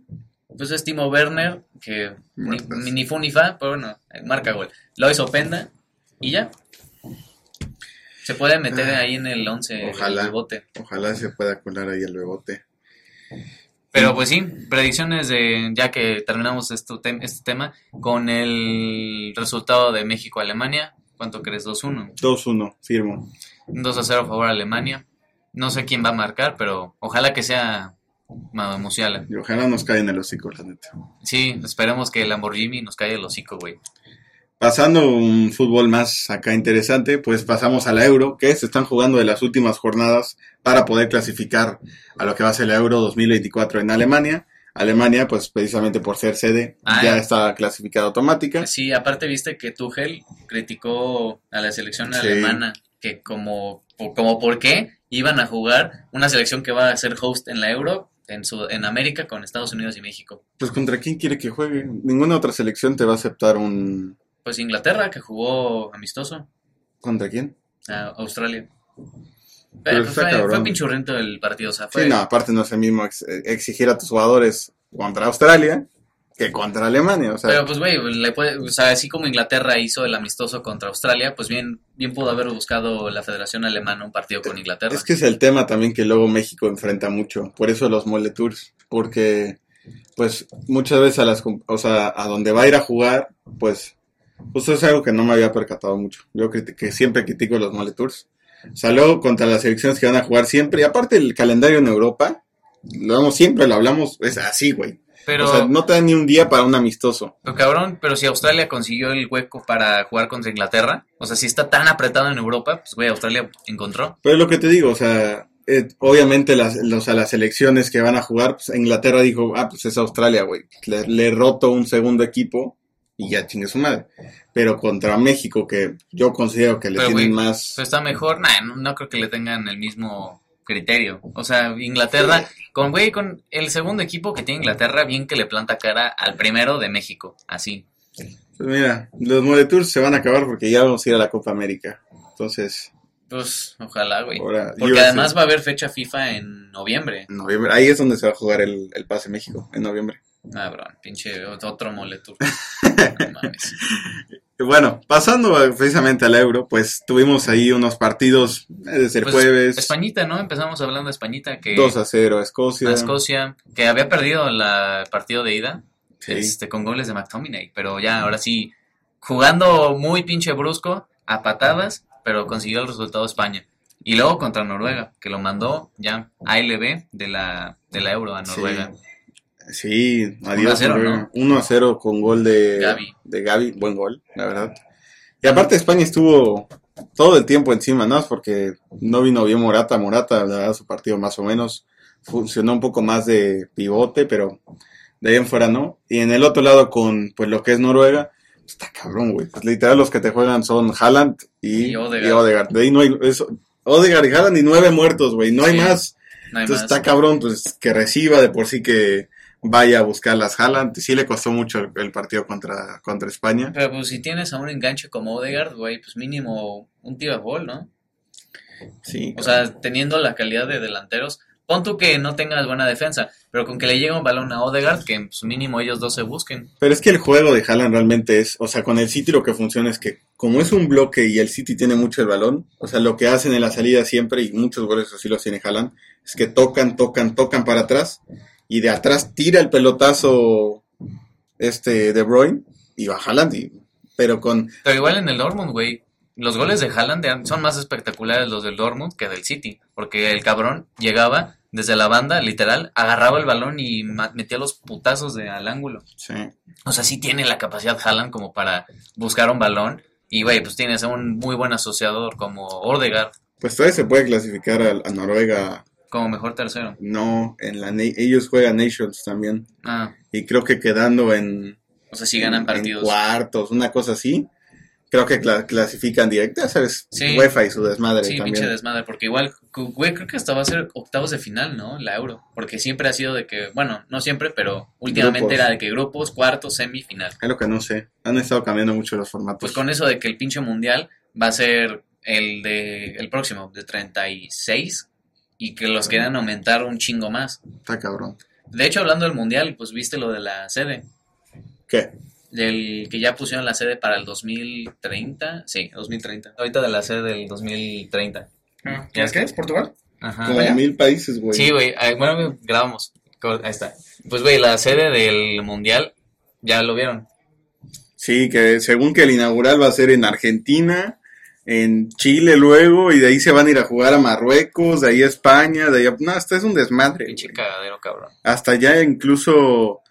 Speaker 1: Pues es Timo Werner, que ni,
Speaker 2: Muertas.
Speaker 1: ni fu ni fa, pero bueno, marca gol. Lois Openda y ya. Se puede meter
Speaker 2: Ah,
Speaker 1: ahí en el 11
Speaker 2: ojalá.
Speaker 1: el bote.
Speaker 2: Ojalá se pueda colar ahí el bebote.
Speaker 1: Pero pues sí, predicciones de ya que terminamos este, tem- este tema con el resultado de México-Alemania. ¿Cuánto crees? 2-1.
Speaker 2: 2-1, firmo.
Speaker 1: Un 2-0 a favor a Alemania. No sé quién va a marcar, pero ojalá que sea Ma- Musiala.
Speaker 2: Y ojalá nos caiga en el hocico, la neta.
Speaker 1: Sí, esperemos que el Lamborghini nos caiga el hocico, güey.
Speaker 2: Pasando un fútbol más acá interesante, pues pasamos a la Euro, que se están jugando de las últimas jornadas para poder clasificar a lo que va a ser la Euro 2024 en Alemania. Alemania, pues precisamente por ser sede,
Speaker 1: Ah,
Speaker 2: ya
Speaker 1: eh.
Speaker 2: está clasificada automática.
Speaker 1: Sí, aparte viste que Tuchel criticó a la selección
Speaker 2: Sí.
Speaker 1: alemana, que como, por- como por qué iban a jugar una selección que va a ser host en la Euro, en, su, en América, con Estados Unidos y México.
Speaker 2: Pues contra quién quiere que juegue. Ninguna otra selección te va a aceptar un...
Speaker 1: Pues Inglaterra, que jugó amistoso
Speaker 2: ¿Contra quién?
Speaker 1: a Australia.
Speaker 2: Pero
Speaker 1: Pero pues
Speaker 2: está
Speaker 1: fue, fue
Speaker 2: cabrón.
Speaker 1: pinchurriento el partido, o sea,
Speaker 2: Sí,
Speaker 1: fue...
Speaker 2: no, aparte no es el mismo ex- eh, exigir a tus jugadores contra Australia que contra Alemania. O sea,
Speaker 1: Pero pues, güey, le puede- o sea, así como Inglaterra hizo el amistoso contra Australia, pues bien, bien pudo haber buscado la Federación Alemana un partido con Inglaterra.
Speaker 2: Es que es el tema también que luego México enfrenta mucho, por eso los mole tours, porque pues muchas veces a las, com- o sea, a donde va a ir a jugar, pues Pues es algo que no me había percatado mucho. Yo criti- que siempre critico los mole tours. O sea, luego contra las selecciones que van a jugar siempre. Y aparte el calendario en Europa, lo vemos siempre, lo hablamos, es así, güey.
Speaker 1: Pero,
Speaker 2: O sea, no te dan ni un día para un amistoso.
Speaker 1: pero cabrón, pero si Australia consiguió el hueco para jugar contra Inglaterra, o sea, si está tan apretado en Europa, pues güey, Australia encontró.
Speaker 2: Pero es lo que te digo, o sea, eh, obviamente las, los- a las elecciones que van a jugar, pues Inglaterra dijo, ah, pues es Australia, güey. Le, le roto un segundo equipo y ya chingue su madre. Pero contra México, que yo considero que le
Speaker 1: Pero,
Speaker 2: tienen
Speaker 1: güey, pues,
Speaker 2: más...
Speaker 1: Pero está mejor, nah, no, no creo que le tengan el mismo criterio. O sea, Inglaterra, con güey, con el segundo equipo que tiene Inglaterra, bien que le planta cara al primero de México, así.
Speaker 2: Pues mira, los Mole Tours se van a acabar porque ya vamos a ir a la Copa América. Entonces,
Speaker 1: Pues, ojalá, güey.
Speaker 2: ahora.
Speaker 1: Porque
Speaker 2: USA,
Speaker 1: además va a haber fecha FIFA en noviembre.
Speaker 2: en noviembre, ahí es donde se va a jugar el, el pase México, en noviembre.
Speaker 1: Cabrón, Ah, pinche otro moletur.
Speaker 2: *laughs* Y Bueno, pasando a- precisamente al Euro, pues tuvimos ahí unos partidos eh, desde el jueves.
Speaker 1: Españita, ¿no? Empezamos hablando de Españita Pues, que
Speaker 2: 2 a 0 a Escocia.
Speaker 1: a Escocia, que había perdido la- el partido de ida
Speaker 2: Sí.
Speaker 1: este, con goles de McTominay, pero ya ahora sí, jugando muy pinche brusco, a patadas, pero consiguió el resultado España. Y luego contra Noruega, que lo mandó ya ALB de la, de la Euro a
Speaker 2: Sí.
Speaker 1: Noruega.
Speaker 2: Sí,
Speaker 1: Uno a
Speaker 2: adiós.
Speaker 1: cero,
Speaker 2: Noruega.
Speaker 1: ¿no?
Speaker 2: 1 a 0 con gol de
Speaker 1: Gavi.
Speaker 2: de Gavi, buen gol, la verdad. Y aparte España estuvo todo el tiempo encima, ¿no? Es Porque no vino bien Morata, Morata, la verdad, su partido más o menos funcionó un poco más de pivote, pero de ahí en fuera no. Y en el otro lado con pues lo que es Noruega, está cabrón, güey. Pues, literal los que te juegan son Haaland y,
Speaker 1: Y
Speaker 2: y
Speaker 1: Odegaard.
Speaker 2: Odegaard. De ahí no hay es Odegaard y Haaland y nueve muertos, güey. No hay
Speaker 1: Sí.
Speaker 2: más.
Speaker 1: No hay
Speaker 2: Entonces
Speaker 1: más.
Speaker 2: está cabrón, pues que reciba de por sí que vaya a buscar las Haaland. Sí le costó mucho el, el partido contra, contra España.
Speaker 1: Pero pues si tienes a un enganche como Odegaard, güey, pues mínimo un tiro a gol, ¿no?
Speaker 2: Sí.
Speaker 1: O sea, teniendo la calidad de delanteros, pon tú que no tengas buena defensa, pero con que le llegue un balón a Odegaard, que pues, mínimo ellos dos se busquen.
Speaker 2: Pero es que el juego de Haaland realmente es, o sea, con el City lo que funciona es que como es un bloque y el City tiene mucho el balón, o sea, lo que hacen en la salida siempre, y muchos goles así los tiene Haaland, es que tocan, tocan, tocan para atrás, y de atrás tira el pelotazo este De Bruyne, y va Haaland, y- pero con...
Speaker 1: Pero igual en el Dortmund, güey, los goles de Haaland eran- son más espectaculares los del Dortmund que del City, porque el cabrón llegaba desde la banda, literal, agarraba el balón y ma- metía los putazos de, al ángulo. O sea, sí tiene la capacidad Haaland como para buscar un balón. Y, güey, pues tienes a un muy buen asociador como Odegaard,
Speaker 2: Pues todavía se puede clasificar a- a Noruega
Speaker 1: como mejor tercero.
Speaker 2: No, en la na- ellos juegan Nations también.
Speaker 1: Ah,
Speaker 2: Y creo que quedando en,
Speaker 1: o sea, sí ganan
Speaker 2: en
Speaker 1: partidos.
Speaker 2: cuartos, una cosa así, creo que cla- clasifican directa, ¿sabes?
Speaker 1: Sí.
Speaker 2: UEFA y su desmadre
Speaker 1: Sí,
Speaker 2: también.
Speaker 1: pinche desmadre, porque igual, cu- güey, creo que hasta va a ser octavos de final, ¿no? La Euro, porque siempre ha sido de que, bueno, no siempre, pero últimamente
Speaker 2: Grupos.
Speaker 1: era de que grupos, cuartos, semifinal.
Speaker 2: es lo que no sé. Han estado cambiando mucho los
Speaker 1: Pues
Speaker 2: formatos.
Speaker 1: con eso de que el pinche mundial va a ser el de el próximo, de 36, y que los quieran aumentar un chingo más.
Speaker 2: Está cabrón.
Speaker 1: De hecho, hablando del mundial, pues viste lo de la sede,
Speaker 2: ¿Qué?
Speaker 1: del que ya pusieron la sede para el 2030, sí, 2030. Ahorita de la sede del 2030.
Speaker 6: ¿Quién Ah, es que es? ¿Portugal?
Speaker 1: Ajá.
Speaker 2: Como
Speaker 6: ¿Allá?
Speaker 2: mil países, güey.
Speaker 1: Ah, Sí, güey. ah, Bueno, güey, grabamos. Cor- Ahí está. Pues, güey, la sede del mundial, ya lo vieron.
Speaker 2: Sí, que según que el inaugural va a ser en Argentina, en Chile luego, y de ahí se van a ir a jugar a Marruecos, de ahí a España, de ahí a... No, hasta es un desmadre.
Speaker 1: Pinche
Speaker 2: güey.
Speaker 1: cagadero, cabrón.
Speaker 2: Hasta ya incluso...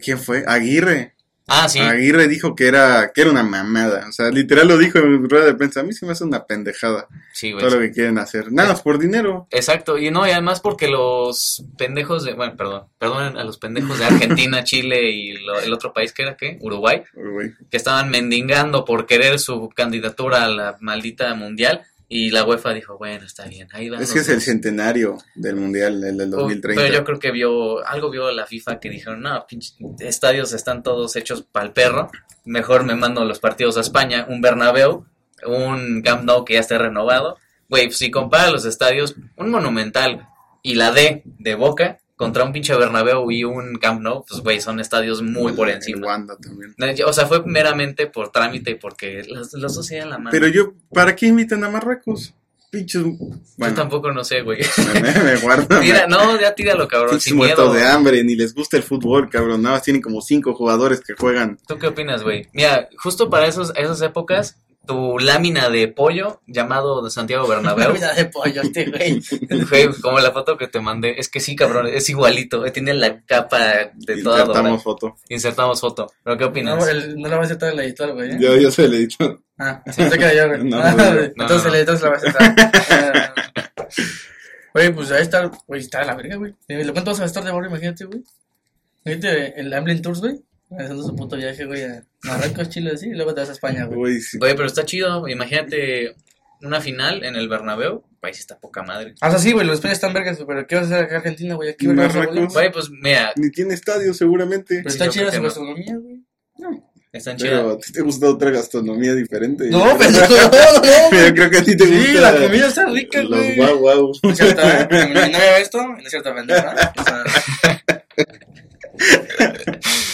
Speaker 2: ¿Quién fue? Aguirre.
Speaker 1: Ah, sí.
Speaker 2: Aguirre dijo que era, que era una mamada. O sea, literal lo dijo en rueda de prensa. A mí se me hace una pendejada
Speaker 1: Sí, güey.
Speaker 2: todo lo que quieren hacer. Nada más por dinero.
Speaker 1: Exacto. Y no, y además porque los pendejos de. Bueno, perdón. Perdonen a los pendejos de Argentina, *laughs* Chile y lo- el otro país que era, ¿qué? Uruguay.
Speaker 2: Uy,
Speaker 1: Que estaban mendigando por querer su candidatura a la maldita mundial. Y la UEFA dijo, bueno, está bien. Ahí van
Speaker 2: Es
Speaker 1: los
Speaker 2: que es el
Speaker 1: dos".
Speaker 2: centenario del Mundial, el del
Speaker 1: Oh,
Speaker 2: 2030.
Speaker 1: Pero yo creo que vio, algo vio la FIFA que dijeron, no, pinche, estadios están todos hechos para el perro, mejor me mando los partidos a España, un Bernabéu, un Camp Nou que ya esté renovado. Güey, pues, si compara los estadios, un Monumental y la D de Boca contra un pinche Bernabéu y un Camp Nou, pues güey, son estadios muy por
Speaker 2: En
Speaker 1: encima.
Speaker 2: Wanda también.
Speaker 1: O sea, fue meramente por trámite porque los, los dos se dan la mano.
Speaker 2: Pero yo, ¿para qué invitan a Marruecos? pinches.
Speaker 1: Yo
Speaker 2: Bueno,
Speaker 1: tampoco no sé,
Speaker 2: *laughs*
Speaker 1: güey.
Speaker 2: me, me
Speaker 1: *laughs*
Speaker 2: guardo.
Speaker 1: Tira, no, ya tíralo, cabrón,
Speaker 2: pinches
Speaker 1: sin miedo.
Speaker 2: muertos de hambre, ni les gusta el fútbol, cabrón. Nada más tienen como cinco jugadores que juegan.
Speaker 1: ¿Tú qué opinas, güey? Mira, justo para esos, esas épocas, tu lámina de pollo llamado de Santiago
Speaker 6: *laughs*
Speaker 1: Bernabéu,
Speaker 6: Comida de pollo, este güey.
Speaker 1: güey, como la foto que te mandé, es que sí, cabrón, es igualito, eh, tiene la capa de toda dorada.
Speaker 2: Insertamos foto.
Speaker 1: Insertamos foto. ¿Pero qué opinas?
Speaker 6: No, el- no la vas a aceptar el editor, güey. ¿eh?
Speaker 2: Yo, yo soy el editor.
Speaker 6: Ah, pensé que era yo, güey.
Speaker 2: *laughs* No,
Speaker 6: Ah,
Speaker 2: güey.
Speaker 6: güey.
Speaker 1: No,
Speaker 6: Entonces
Speaker 1: no, no.
Speaker 6: el editor se la va a aceptar. Ah.
Speaker 2: *laughs*
Speaker 6: Güey, pues ahí está, güey, está la verga, güey. Eh, Lo cuánto vas a gastar de barrio, imagínate, güey. Imagínate el Amblin Tours, güey. Haciendo su puto viaje, güey, a Marruecos, Chile, así, y luego te vas a España, güey.
Speaker 2: Uy, sí.
Speaker 1: Güey, pero está chido, imagínate una final en el Bernabéu, país está poca madre.
Speaker 6: O sea, Ah, sí, güey, los España están vergas, güey, pero ¿qué vas a hacer acá en Argentina, güey? Aquí, güey,
Speaker 2: Marruecos.
Speaker 6: vas a volar.
Speaker 1: Güey, pues mira,
Speaker 2: Ni tiene estadio, seguramente.
Speaker 6: Pero
Speaker 1: Sí,
Speaker 6: está
Speaker 1: yo
Speaker 6: chida
Speaker 1: creo que
Speaker 6: su
Speaker 1: no.
Speaker 6: gastronomía, güey.
Speaker 1: están
Speaker 2: Pero
Speaker 1: chidas.
Speaker 2: a ti te gusta otra gastronomía diferente.
Speaker 1: *laughs*
Speaker 2: *laughs*
Speaker 6: No, pendejo, no, no.
Speaker 2: Yo creo que a ti te gusta.
Speaker 6: Sí, la comida está rica,
Speaker 2: Los
Speaker 6: güey.
Speaker 2: guau guau.
Speaker 6: No es cierto, ¿eh? Mi novia ve esto y no es cierto, pendeja. O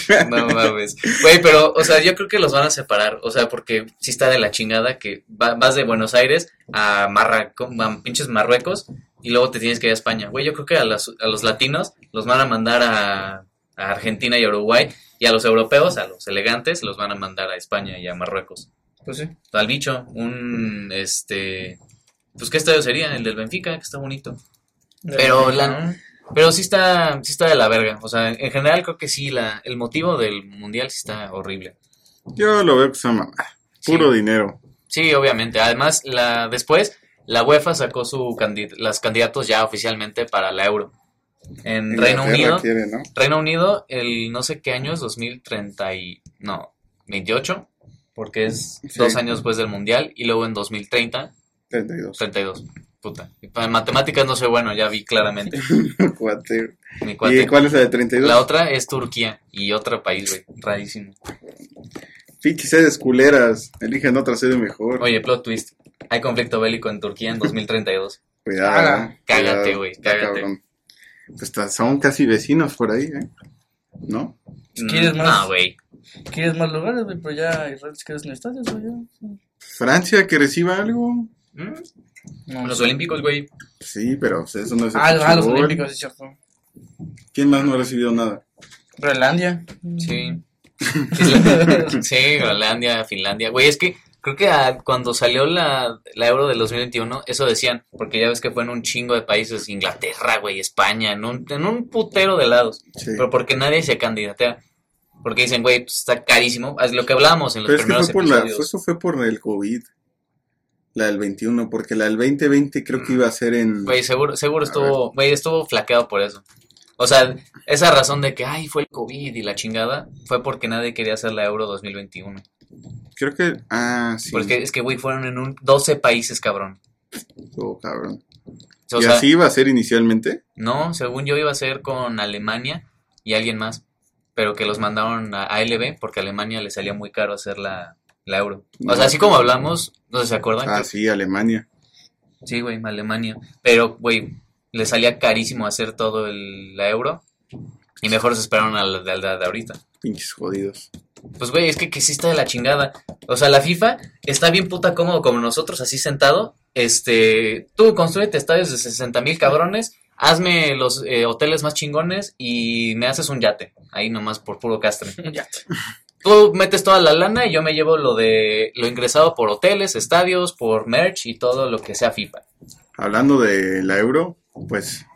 Speaker 6: sea,
Speaker 1: No mames. Güey, pero, o sea, yo creo que los van a separar. O sea, porque sí está de la chingada que va- vas de Buenos Aires a, Marraco, a pinches Marruecos y luego te tienes que ir a España. Güey, yo creo que a, las- a los latinos los van a mandar a, a Argentina y a Uruguay y a los europeos, a los elegantes, los van a mandar a España y a Marruecos.
Speaker 6: pues sí.
Speaker 1: Al bicho, un, este... Pues, ¿qué estadio sería? El del Benfica, que está bonito. Pero la-
Speaker 6: No.
Speaker 1: Pero sí está, sí está de la verga. O sea, en general creo que sí, la, el motivo del mundial sí está horrible.
Speaker 2: Yo lo veo que es una mamada. Puro
Speaker 1: Sí.
Speaker 2: dinero.
Speaker 1: Sí, obviamente. Además, la, después la UEFA sacó su candi- las candidatos ya oficialmente para la Euro. En Reino
Speaker 2: Inglaterra
Speaker 1: Unido,
Speaker 2: quiere, ¿no?
Speaker 1: Reino Unido, el no sé qué año es 2030 y no, 28, porque es
Speaker 2: Sí.
Speaker 1: dos años después del mundial y luego en 2030,
Speaker 2: 32.
Speaker 1: 32. Puta. En matemáticas no soy bueno, ya vi claramente.
Speaker 2: Cuate.
Speaker 1: Mi cuate.
Speaker 2: ¿Y cuál es la de 32?
Speaker 1: La otra es Turquía y otro país, güey. Rarísimo.
Speaker 2: Pinches sedes culeras. Eligen otra sede mejor.
Speaker 1: Oye, plot twist. Hay conflicto bélico en Turquía en 2032.
Speaker 2: Cuidado.
Speaker 6: Ah,
Speaker 2: ¿eh?
Speaker 1: cágate,
Speaker 2: Cuidado.
Speaker 1: güey,
Speaker 2: Está
Speaker 1: cágate.
Speaker 2: cabrón. Pues ta- son casi vecinos por ahí, ¿eh? ¿No?
Speaker 6: ¿Quieres más?
Speaker 1: Mm, No, güey.
Speaker 6: Quieres más lugares, güey, pero ya Israel se queda sin estadios, güey. ya.
Speaker 2: Francia que reciba algo.
Speaker 1: Mm,
Speaker 6: No.
Speaker 1: Los olímpicos, güey.
Speaker 2: Sí, pero pues, eso no es. el
Speaker 6: Ah, ah, los
Speaker 2: fútbol.
Speaker 6: olímpicos, sí, es cierto.
Speaker 2: ¿Quién más no ha recibido nada?
Speaker 6: Groenlandia.
Speaker 1: Sí. Isla- sí, Groenlandia, Finlandia. Güey, es que creo que ah, cuando salió la, la euro del 2021, eso decían, porque ya ves que fue en un chingo de países, Inglaterra, güey, España, en un, en un putero de lados.
Speaker 2: Sí.
Speaker 1: Pero porque nadie se candidatea. Porque dicen, güey, pues, está carísimo. Es lo que hablábamos en los
Speaker 2: Pero es que
Speaker 1: primeros
Speaker 2: fue por la,
Speaker 1: episodios.
Speaker 2: fue- eso fue por el COVID. La del 21, porque la del 2020 creo que iba
Speaker 1: Mm,
Speaker 2: a ser en.
Speaker 1: Güey, seguro, seguro
Speaker 2: Mm. A
Speaker 1: estuvo, güey, estuvo flaqueado por eso. O sea, esa razón de que, ay, fue el COVID y la chingada, fue porque nadie quería hacer la Euro 2021.
Speaker 2: Creo que. Ah, sí.
Speaker 1: Porque es que, güey, fueron en un 12 países, cabrón.
Speaker 2: estuvo cabrón.
Speaker 1: O
Speaker 2: ¿Y
Speaker 1: sea,
Speaker 2: así iba a ser inicialmente?
Speaker 1: no, según yo iba a ser con Alemania y alguien más, pero que los mandaron a ALB porque a Alemania le salía muy caro hacer la, la Euro. O sea, así como hablamos, no sé si se acuerdan,
Speaker 2: Ah,
Speaker 1: que-
Speaker 2: sí, Alemania.
Speaker 1: Sí, güey, Alemania. Pero, güey, le salía carísimo hacer todo el, la euro. Y mejor se esperaron a la, de- a la de ahorita.
Speaker 2: Pinches jodidos.
Speaker 1: Pues, güey, es que, que sí está de la chingada. O sea, la FIFA está bien puta cómodo como nosotros, así sentado. Este, tú construyete estadios de 60 mil cabrones, hazme los eh, hoteles más chingones y me haces un yate. Ahí nomás por puro castre.
Speaker 6: Mm, Ya.
Speaker 1: Tú metes toda la lana y yo me llevo lo de lo ingresado por hoteles, estadios, por merch y todo lo que sea FIFA.
Speaker 2: Hablando de la Euro, pues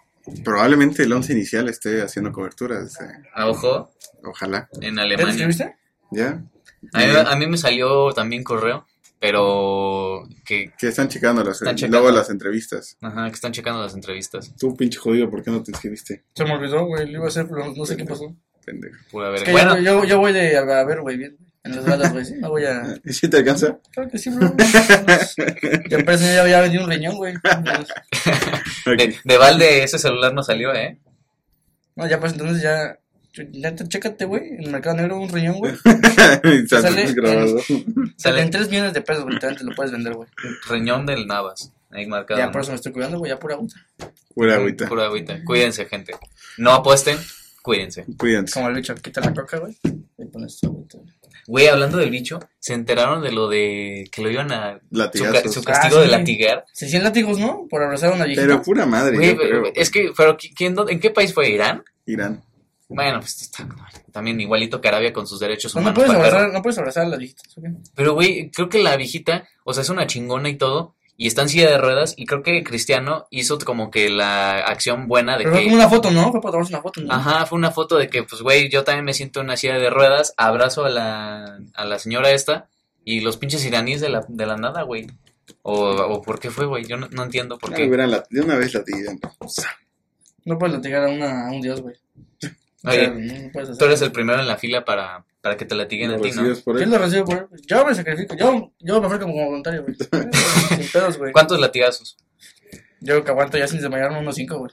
Speaker 2: probablemente el 11 inicial esté haciendo coberturas. eh,
Speaker 1: A Ah, ojo,
Speaker 2: Ojalá.
Speaker 1: en
Speaker 6: ¿Ya te
Speaker 1: Alemania.
Speaker 6: escribiste?
Speaker 2: ¿Ya? Eh,
Speaker 1: A mí,
Speaker 2: Y
Speaker 1: a mí me salió también correo, pero que,
Speaker 2: Que están checando las,
Speaker 1: Están
Speaker 2: luego
Speaker 1: checando.
Speaker 2: las entrevistas.
Speaker 1: ajá, que están checando las entrevistas.
Speaker 2: Tú, pinche jodido, ¿por qué no te inscribiste?
Speaker 6: Se me olvidó, güey, lo iba a hacer, pero no sé qué pasó.
Speaker 2: Pendejo.
Speaker 1: Pura
Speaker 6: Es
Speaker 1: verga.
Speaker 6: que
Speaker 1: bueno,
Speaker 6: yo, yo, yo voy de, a, a ver, güey, bien. En las balas, güey, sí, no voy a...
Speaker 2: ¿Y si Ah, te alcanza?
Speaker 6: Claro que sí, bro. Ya parece que ya había vendido un riñón, güey.
Speaker 2: *laughs*
Speaker 1: de, de balde ese celular no salió, ¿eh?
Speaker 6: No, ya pues entonces ya... Ya te, chécate, güey, en el mercado negro un riñón, güey.
Speaker 2: Y sale
Speaker 6: Sale en-
Speaker 2: grabado.
Speaker 1: Sale.
Speaker 6: En 3 millones de pesos, güey, te lo puedes vender, güey.
Speaker 1: Riñón del Navas. Ahí marcado.
Speaker 6: Ya
Speaker 1: ¿no?
Speaker 6: por eso me estoy cuidando, güey, ya pura agüita.
Speaker 2: Pura agüita.
Speaker 1: Pura agüita. Cuídense, gente. No apuesten, cuídense.
Speaker 2: Cuídense.
Speaker 6: Como el bicho, quita la coca, güey. Y pones su agüita. güey.
Speaker 1: Güey, hablando del bicho, se enteraron de lo de que lo iban a. Su, ca-
Speaker 2: Latigazos.
Speaker 1: su castigo
Speaker 6: Ah,
Speaker 1: de
Speaker 6: sí.
Speaker 1: latigar.
Speaker 6: 600 látigos, ¿no? Por abrazar a una viejita.
Speaker 2: Pero pura madre,
Speaker 1: Güey,
Speaker 2: yo creo.
Speaker 1: pero- es que, pero ¿qui- ¿quién, dónde- ¿en qué país fue? ¿Irán?
Speaker 2: Irán.
Speaker 1: Bueno, pues está, también igualito que Arabia con sus derechos
Speaker 6: No, no
Speaker 1: humanos.
Speaker 6: puedes
Speaker 1: para perros.
Speaker 6: abrazar, no puedes abrazar a las viejitas. ¿ok?
Speaker 1: Pero, güey, creo que la viejita, o sea, es una chingona y todo, y está en silla de ruedas, y creo que Cristiano hizo como que la acción buena de
Speaker 6: Pero fue como
Speaker 1: que...
Speaker 6: una foto, ¿no? Fue para tomarse una foto, ¿no?
Speaker 1: Ajá, fue una foto de que, pues, güey, yo también me siento en una silla de ruedas, abrazo a la, a la señora esta, y los pinches iraníes de la, de la nada, güey. O, o por qué fue, güey, yo no, no entiendo por
Speaker 2: Ah,
Speaker 1: qué.
Speaker 2: hubieran lati- de una vez latigan.
Speaker 6: No puedes latigar a, una, a un dios, güey. O sea,
Speaker 1: Oye,
Speaker 6: no puedes hacer.
Speaker 1: tú eres el primero en la fila para, para que te latiguen a
Speaker 2: Lo
Speaker 1: ti, ¿no?
Speaker 2: recibes por
Speaker 6: Yo
Speaker 2: él.
Speaker 6: lo recibo por él. Yo me sacrifico. Yo, yo me ofrezco como
Speaker 1: *laughs*
Speaker 6: voluntario, güey. Sin pedos, güey.
Speaker 1: ¿Cuántos latigazos?
Speaker 6: Yo que aguanto ya sin desmayarme unos 5, güey.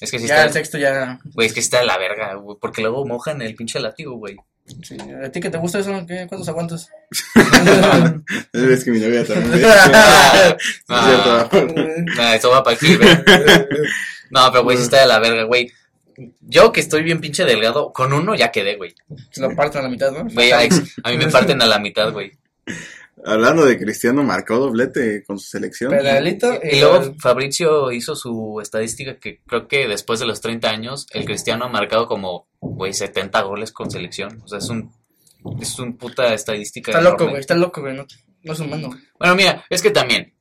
Speaker 1: Es que si
Speaker 6: ya el
Speaker 1: está,
Speaker 6: sexto ya.
Speaker 1: güey, es que sí está de la verga, güey, porque luego mojan el pinche látigo, güey.
Speaker 6: sí. ¿A ti que te gusta eso? ¿Qué?
Speaker 1: *laughs*
Speaker 6: ¿Cuántos aguantas? *laughs*
Speaker 2: *laughs* Es que mi novia también.
Speaker 1: Ah,
Speaker 2: Es cierto, *laughs* amor.
Speaker 1: Nah, Ah, eso va para el Gilbert. No, pero güey, sí está de la verga, güey. Yo que estoy bien pinche delgado, con uno ya quedé, güey.
Speaker 6: Se lo parten a la mitad, ¿no?
Speaker 1: Güey, ay, a mí me parten a la mitad, güey.
Speaker 2: Hablando de Cristiano, marcó doblete con su selección.
Speaker 6: Pedalito.
Speaker 1: Y
Speaker 2: eh,
Speaker 1: luego Fabricio hizo su estadística que creo que después de los 30 años el Cristiano ha marcado como, güey, 70 goles con selección. O sea, es un es un puta estadística.
Speaker 6: Está loco,
Speaker 1: enorme.
Speaker 6: güey. Está loco, güey. No, no es humano, güey.
Speaker 1: Bueno, mira, es que también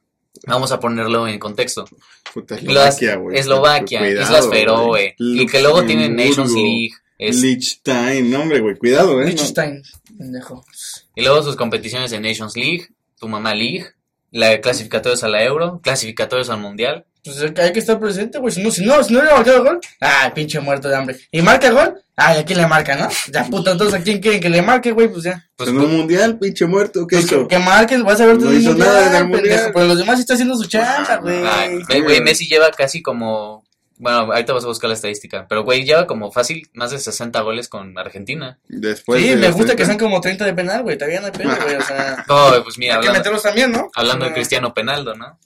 Speaker 1: vamos a ponerlo en contexto.
Speaker 2: Puta,
Speaker 1: Las-
Speaker 2: Eslovaquia, güey.
Speaker 1: Eslovaquia,
Speaker 2: Cuidado,
Speaker 1: Islas Feroe,
Speaker 2: güey.
Speaker 1: y que luego tienen Nations
Speaker 2: Luxemburgo,
Speaker 1: League. es-
Speaker 2: Liechtenstein, no, hombre, güey, cuidado, eh. No.
Speaker 6: Liechtenstein, pendejo.
Speaker 1: Y luego sus competiciones en Nations League, tu mamá League, la de clasificatorios a la Euro, clasificatorios al Mundial.
Speaker 6: Pues hay que- hay que estar presente, güey. Si no, si no, si no hubiera marcado gol, ay, pinche muerto de hambre. ¿Y marca gol? Ay, ¿a quién le marca, no? Ya, puta, entonces, ¿a quién quieren que le marque, güey? Pues ya.
Speaker 1: Pues,
Speaker 2: en un mundial, pinche muerto, ¿qué
Speaker 6: Pues
Speaker 2: hizo?
Speaker 6: que, que marquen, vas a ver
Speaker 2: No
Speaker 6: todo el
Speaker 2: hizo
Speaker 6: mundial,
Speaker 2: nada en el mundial.
Speaker 6: pendejo, Pero los demás sí está haciendo su chamba, güey.
Speaker 1: ay, ve, güey, este Messi lleva casi como. Bueno, ahorita vas a buscar la estadística, pero güey, lleva como fácil más de 60 goles con Argentina.
Speaker 2: Después.
Speaker 6: sí,
Speaker 2: de
Speaker 6: me
Speaker 2: los
Speaker 6: gusta que
Speaker 2: 30,
Speaker 6: sean como 30 de penal, güey. Todavía no hay pena, güey.
Speaker 1: *laughs*
Speaker 6: O sea,
Speaker 1: No, pues mira,
Speaker 6: hay que
Speaker 1: hablando,
Speaker 6: meterlos también, ¿no?
Speaker 1: hablando de
Speaker 6: Ah,
Speaker 1: Cristiano Penaldo, ¿no?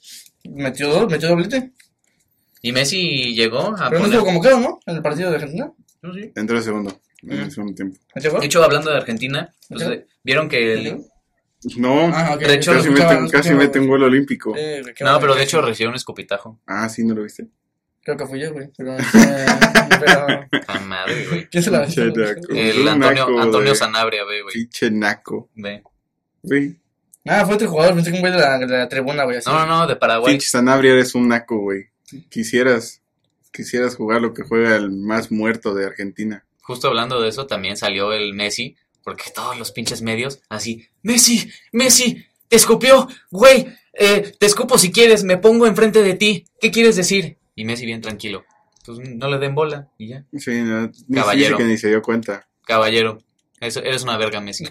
Speaker 6: Metió dos, metió doblete.
Speaker 1: Y Messi llegó a
Speaker 6: Pero no
Speaker 1: poner.
Speaker 6: estuvo convocado, ¿no? En el partido de Argentina.
Speaker 2: Entró el segundo. En
Speaker 6: Mm.
Speaker 2: el segundo tiempo.
Speaker 6: ¿Metió gol?
Speaker 1: De hecho, hablando de Argentina, pues,
Speaker 6: Ujú.
Speaker 1: eh, vieron que. el-
Speaker 6: ¿Metió?
Speaker 2: No,
Speaker 6: Ah, ok.
Speaker 1: De hecho,
Speaker 6: lo
Speaker 2: casi,
Speaker 6: escuchaba,
Speaker 2: mete,
Speaker 6: lo
Speaker 2: casi
Speaker 6: escuchaba,
Speaker 2: mete un gol olímpico.
Speaker 6: güey. Sí, güey, qué
Speaker 1: No,
Speaker 6: bueno,
Speaker 1: pero de
Speaker 6: qué
Speaker 1: hecho
Speaker 6: bueno.
Speaker 1: recibió un
Speaker 6: *laughs*
Speaker 1: escupitajo.
Speaker 2: Ah, sí, no lo viste.
Speaker 6: Creo que fui yo, güey. Pero, eh, pero-
Speaker 1: A Ah, madre, güey.
Speaker 6: ¿Quién se la
Speaker 2: Pinche
Speaker 6: aventó?
Speaker 2: naco.
Speaker 1: El
Speaker 2: Pues Un
Speaker 1: Antonio,
Speaker 2: naco,
Speaker 1: Antonio
Speaker 2: güey.
Speaker 1: Sanabria, ve, güey.
Speaker 2: Pinche naco.
Speaker 1: Ve.
Speaker 2: Güey,
Speaker 6: Ah, fue otro jugador, pensé que un güey de la, de la tribuna, güey. Así.
Speaker 1: No, no, no, de Paraguay.
Speaker 2: pinche Sanabria eres un naco, güey. Quisieras, quisieras jugar lo que juega el más muerto de Argentina.
Speaker 1: Justo hablando de eso, también salió el Messi, porque todos los pinches medios, así, Messi, Messi, te escupió, güey, eh, te escupo si quieres, me pongo enfrente de ti, ¿qué quieres decir? Y Messi bien tranquilo, pues no le den bola y ya.
Speaker 2: Sí, no, ni
Speaker 1: Caballero.
Speaker 2: dice que ni se dio cuenta. *laughs*
Speaker 6: *laughs* Ah, Pues,
Speaker 1: pues,
Speaker 6: Pues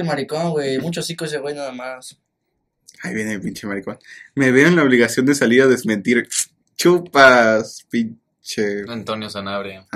Speaker 1: Pues este, "Ah, *laughs* Darwin.
Speaker 2: ¿eh? *laughs* Pues, eh? Ah,
Speaker 6: Ah, Pues pues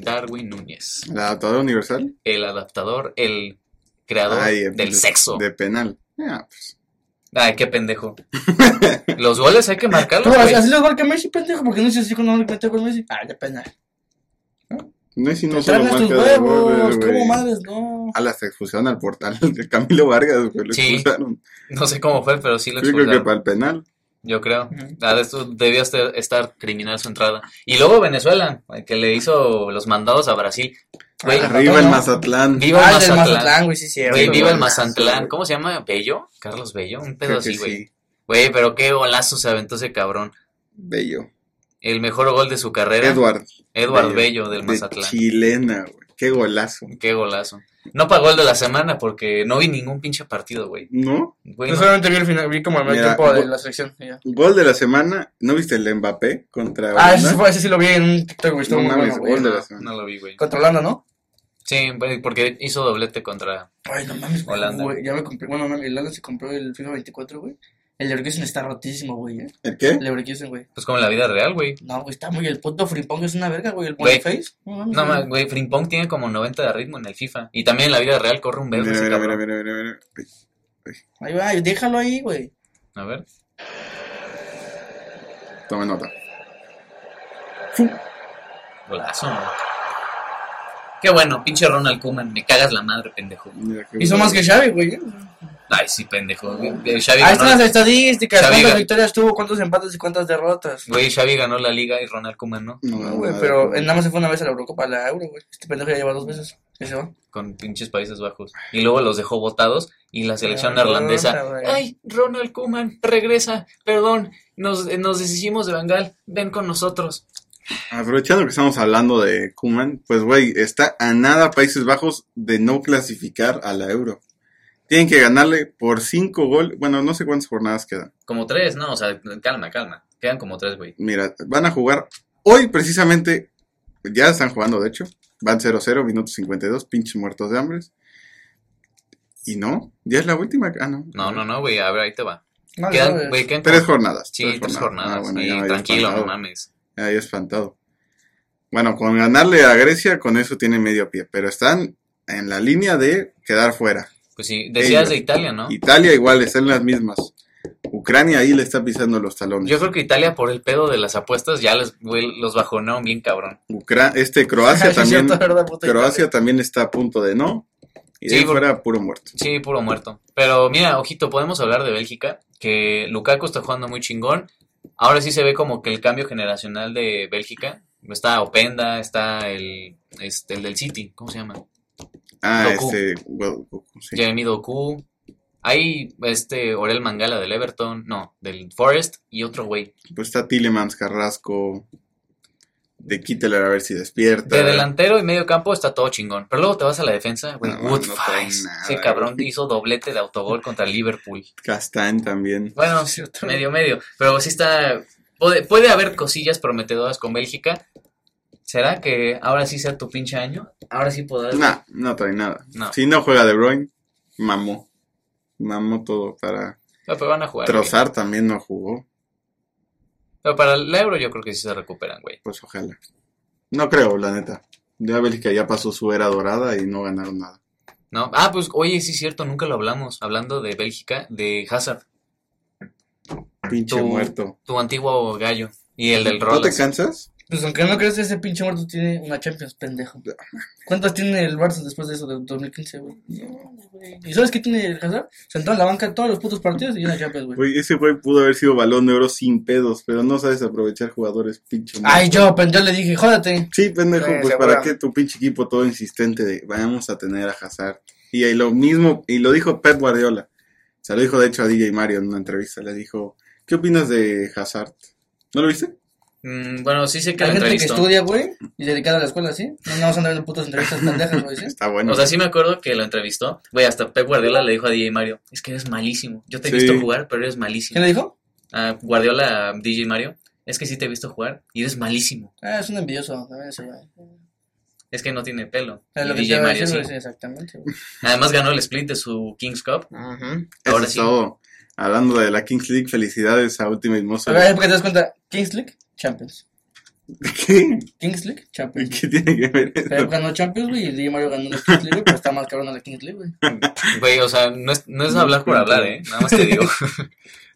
Speaker 1: Darwin Núñez.
Speaker 2: ¿La adaptadora universal?
Speaker 1: El adaptador, el creador
Speaker 2: Ay,
Speaker 1: del
Speaker 2: de-
Speaker 1: sexo.
Speaker 2: De penal. Ah, pues.
Speaker 1: Ay, qué pendejo. Los goles hay que marcarlos,
Speaker 6: Pero así,
Speaker 1: güey.
Speaker 6: así les va que Messi, pendejo, porque no dices así cuando no le metió con Messi. Ah, qué pena.
Speaker 2: No es si no
Speaker 6: Te
Speaker 2: se lo
Speaker 6: tragas tus
Speaker 2: marca de
Speaker 6: huevos,
Speaker 2: goles,
Speaker 6: como
Speaker 2: güey.
Speaker 6: madres, no.
Speaker 2: A las expulsaron al portal *laughs* de Camilo Vargas, güey. Lo
Speaker 1: Sí.
Speaker 2: expulsaron.
Speaker 1: No sé cómo fue, pero sí lo
Speaker 2: Yo creo que
Speaker 1: expulsaron.
Speaker 2: para el penal.
Speaker 1: Yo creo.
Speaker 6: Ujú.
Speaker 1: Ah, de esto debió estar, estar criminal su entrada. Y luego Venezuela, que le hizo los mandados a Brasil. Güey,
Speaker 6: Ah,
Speaker 2: Arriba el
Speaker 6: no.
Speaker 2: Mazatlán.
Speaker 1: viva
Speaker 6: ah,
Speaker 1: el
Speaker 6: el del
Speaker 1: Mazatlán.
Speaker 6: Mazatlán, güey, sí, sí.
Speaker 1: Güey,
Speaker 2: Qué
Speaker 1: viva el
Speaker 2: golazo,
Speaker 1: Mazatlán.
Speaker 2: güey.
Speaker 1: ¿Cómo se llama? ¿Bello? ¿Carlos Bello? Un pedo
Speaker 2: Creo que
Speaker 1: así, güey.
Speaker 2: sí.
Speaker 1: Güey, pero qué golazo se aventó ese cabrón.
Speaker 2: Bello.
Speaker 1: El mejor gol de su carrera.
Speaker 2: Edward.
Speaker 1: Edward Bello, del
Speaker 2: de
Speaker 1: Mazatlán.
Speaker 2: Chilena, güey. Qué golazo.
Speaker 1: Qué golazo. No pagó el de la semana porque no vi ningún pinche partido, güey.
Speaker 2: ¿No?
Speaker 1: Güey,
Speaker 6: Yo
Speaker 1: no.
Speaker 6: solamente vi el final, vi como el medio
Speaker 2: Mira,
Speaker 6: tiempo de
Speaker 2: go-
Speaker 6: la selección. y ya.
Speaker 2: Gol de la semana. ¿No viste el de Mbappé contra
Speaker 6: Ah, ese,
Speaker 2: Holanda?
Speaker 6: fue, ese sí lo vi en un TikTok, güey. Estuvo
Speaker 2: No
Speaker 6: muy
Speaker 2: mames,
Speaker 6: bueno, güey.
Speaker 2: gol de la
Speaker 1: No,
Speaker 2: semana.
Speaker 1: no lo vi, güey.
Speaker 6: Contra Holanda, ¿no?
Speaker 1: Sí, güey, porque hizo doblete contra...
Speaker 6: Ay, no mames, güey,
Speaker 1: Holanda.
Speaker 6: güey. Ya me compré, bueno, no, el Holanda se compró el FIFA 24, güey. El Leverkusen está rotísimo, güey, eh.
Speaker 2: ¿El qué?
Speaker 6: El Leverkusen, güey.
Speaker 1: Pues como en la vida real, güey.
Speaker 6: No, güey, está muy. El puto Frimpong es una verga, güey. El
Speaker 1: Güey.
Speaker 6: Boniface. No mames,
Speaker 1: No,
Speaker 6: güey.
Speaker 1: ma- güey, Frimpong tiene como 90 de ritmo en el FIFA. Y también en la vida real corre un
Speaker 2: Mira,
Speaker 1: verde ese
Speaker 2: mira, mira,
Speaker 1: cabrón.
Speaker 2: mira, mira, mira.
Speaker 6: Ahí va, déjalo ahí, güey.
Speaker 1: A ver.
Speaker 2: Toma nota.
Speaker 1: Golazo, güey. Qué bueno, pinche Ronald Koeman. Me cagas la madre, pendejo.
Speaker 2: Mira, qué
Speaker 6: Hizo
Speaker 2: golazo.
Speaker 6: más que Xavi, güey. eh.
Speaker 1: Ay, sí, pendejo. Güey, Xavi
Speaker 6: Ahí
Speaker 1: ganó,
Speaker 6: están las estadísticas.
Speaker 1: Xavi
Speaker 6: ¿Cuántas
Speaker 1: gan-
Speaker 6: victorias tuvo? ¿Cuántos empates y cuántas derrotas?
Speaker 1: güey, Xavi ganó la liga y Ronald Koeman, ¿no?
Speaker 6: No,
Speaker 2: No,
Speaker 6: güey,
Speaker 2: madre,
Speaker 6: pero
Speaker 2: güey.
Speaker 6: nada más se fue una vez a la Eurocopa, a la Euro, güey. Este pendejo ya lleva dos veces. ¿Qué se va?
Speaker 1: Con pinches Países Bajos. Y luego los dejó votados y la selección
Speaker 6: Ay,
Speaker 1: neerlandesa.
Speaker 6: puta, güey.
Speaker 1: Ay, Ronald Koeman, regresa. Perdón, nos, nos deshicimos de Bangal. Ven con nosotros.
Speaker 2: Aprovechando que estamos hablando de Kuman, pues güey, está a nada Países Bajos de no clasificar a la Euro. Tienen que ganarle por cinco goles. Bueno, no sé cuántas jornadas quedan.
Speaker 1: Como tres, no, o sea, calma, calma. Quedan como tres, güey.
Speaker 2: Mira, van a jugar hoy precisamente. Ya están jugando, de hecho. Van 0-0, minuto 52, pinches muertos de hambre. Y no, ya es la última. Ah, no.
Speaker 1: No, no, no, güey, a ver, ahí te va.
Speaker 6: No, no,
Speaker 1: Quedan,
Speaker 6: güey.
Speaker 1: güey, quedan
Speaker 2: Tres
Speaker 1: como-
Speaker 2: jornadas.
Speaker 1: Sí, tres, jornadas.
Speaker 2: Ah, bueno,
Speaker 1: y
Speaker 2: ya me había
Speaker 1: tranquilo, no
Speaker 2: espantado.
Speaker 1: mames.
Speaker 2: Me había espantado. Bueno, con ganarle a Grecia, con eso tienen medio pie. Pero están en la línea de quedar fuera.
Speaker 1: Pues sí, decías de
Speaker 2: Ellos.
Speaker 1: Italia, ¿no?
Speaker 2: Italia igual, están en las mismas. Ucrania ahí le está pisando los talones.
Speaker 1: Yo creo que Italia, por el pedo de las apuestas, ya los, güey, los bajonaron bien cabrón.
Speaker 2: Ucra- este
Speaker 1: *laughs*
Speaker 2: Croacia
Speaker 6: Sí, *laughs* es
Speaker 2: también.
Speaker 6: cierto, ¿verdad, puta
Speaker 2: Croacia
Speaker 6: Italia?
Speaker 2: también está a punto de no. Y de
Speaker 1: Sí,
Speaker 2: ahí
Speaker 1: por-
Speaker 2: fuera puro muerto.
Speaker 1: Sí, puro muerto. Pero mira, ojito, podemos hablar de Bélgica, que Lukaku está jugando muy chingón. Ahora sí se ve como que el cambio generacional de Bélgica. Está Openda, está el, este, el del City, ¿cómo se llama?
Speaker 2: Ah,
Speaker 1: Goku.
Speaker 2: este. well, Goku, sí.
Speaker 1: Jeremy Doku. Hay este Orel Mangala del Everton, no, del Forest y otro güey.
Speaker 2: Pues está Tillemans, Carrasco. De Kitteler a ver si despierta.
Speaker 1: De delantero y medio campo está todo chingón. Pero luego te vas a la defensa, güey.
Speaker 2: No, no
Speaker 1: Woodfiles.
Speaker 2: trae nada,
Speaker 1: Ese cabrón
Speaker 2: güey.
Speaker 1: hizo doblete de autogol contra Liverpool.
Speaker 2: Castán también.
Speaker 1: Bueno,
Speaker 6: *laughs* Sí, es cierto.
Speaker 1: medio, medio. Pero sí está. Puede, puede haber cosillas prometedoras con Bélgica. ¿Será que ahora sí sea tu pinche año? Ahora sí podrás.
Speaker 2: Nah, no trae nada.
Speaker 1: No.
Speaker 2: Si no juega De Bruyne, mamó. Mamó todo para.
Speaker 1: No, pero van a jugar. güey.
Speaker 2: Trozar también no jugó.
Speaker 1: Pero para el euro yo creo que sí se recuperan, güey.
Speaker 2: Pues ojalá. No creo, la neta. Ya Bélgica ya pasó su era dorada y no ganaron nada.
Speaker 1: ¿No? Ah, pues oye, sí es cierto, nunca lo hablamos. Hablando de Bélgica, de Hazard,
Speaker 2: Pinche
Speaker 1: Tú-
Speaker 2: muerto.
Speaker 1: tu antiguo gallo. Y el del
Speaker 2: ¿No te
Speaker 1: Rolex.
Speaker 2: cansas?
Speaker 6: Pues aunque no creas, ese pinche muerto tiene una Champions, pendejo. ¿Cuántas tiene el Barça después de eso, del 2015, güey? No, güey. ¿Y sabes qué tiene el Hazard? Sentado en la banca todos los putos partidos y una Champions, güey.
Speaker 2: Güey, ese güey pudo haber sido balón de oro sin pedos, pero no sabes aprovechar jugadores, pinche muerto.
Speaker 6: Ay, yo, pero yo le dije, jódate.
Speaker 2: Sí, pendejo,
Speaker 6: Sí,
Speaker 2: pues
Speaker 6: seguro.
Speaker 2: para qué tu pinche equipo todo insistente de vamos a tener a Hazard. Y ahí lo mismo, y lo dijo Pep Guardiola. Se lo dijo de hecho a DJ Mario en una entrevista. Le dijo, ¿qué opinas de Hazard? ¿No lo viste?
Speaker 1: Mm, bueno, sí sé que
Speaker 6: Hay
Speaker 1: lo
Speaker 6: gente
Speaker 1: entrevistó.
Speaker 6: que estudia, güey, y dedicada a la escuela, ¿sí? No nos andan viendo putas entrevistas pendejas, güey, ¿sí?
Speaker 2: Está bueno.
Speaker 1: O sea, sí me acuerdo que lo entrevistó. Güey, hasta Pep Guardiola le dijo a DJ Mario, es que eres malísimo. Yo te he
Speaker 2: Sí.
Speaker 1: visto jugar, pero eres
Speaker 6: ¿Qué
Speaker 1: malísimo.
Speaker 6: le dijo?
Speaker 1: A Ah, Guardiola, a DJ Mario, es que sí te he visto jugar y eres malísimo.
Speaker 6: Ah, es un envidioso, también ese, güey.
Speaker 1: Es que no tiene pelo.
Speaker 6: Es
Speaker 1: Y
Speaker 6: lo que te
Speaker 1: DJ
Speaker 6: iba a
Speaker 1: Mario
Speaker 6: decir,
Speaker 1: sí.
Speaker 6: güey, sí, exactamente, güey.
Speaker 1: Además ganó el split de su Kings Cup.
Speaker 2: Eso
Speaker 1: Ahora
Speaker 2: es
Speaker 1: sí.
Speaker 2: todo. Hablando de la Kings League, felicidades a Ultimate
Speaker 6: A
Speaker 2: Muscle.
Speaker 6: ver, es porque te das cuenta, Kings League, Champions.
Speaker 2: *laughs* ¿Qué?
Speaker 6: Kings League, Champions League.
Speaker 2: ¿Qué tiene que ver
Speaker 6: Pep
Speaker 2: eso?
Speaker 6: ganó Champions, güey, y el Di Mario ganó la Kings League, pero está más cabrón a la Kings League, güey.
Speaker 1: Güey, o sea, no es, no es hablar por hablar, ¿eh? Nada más te digo.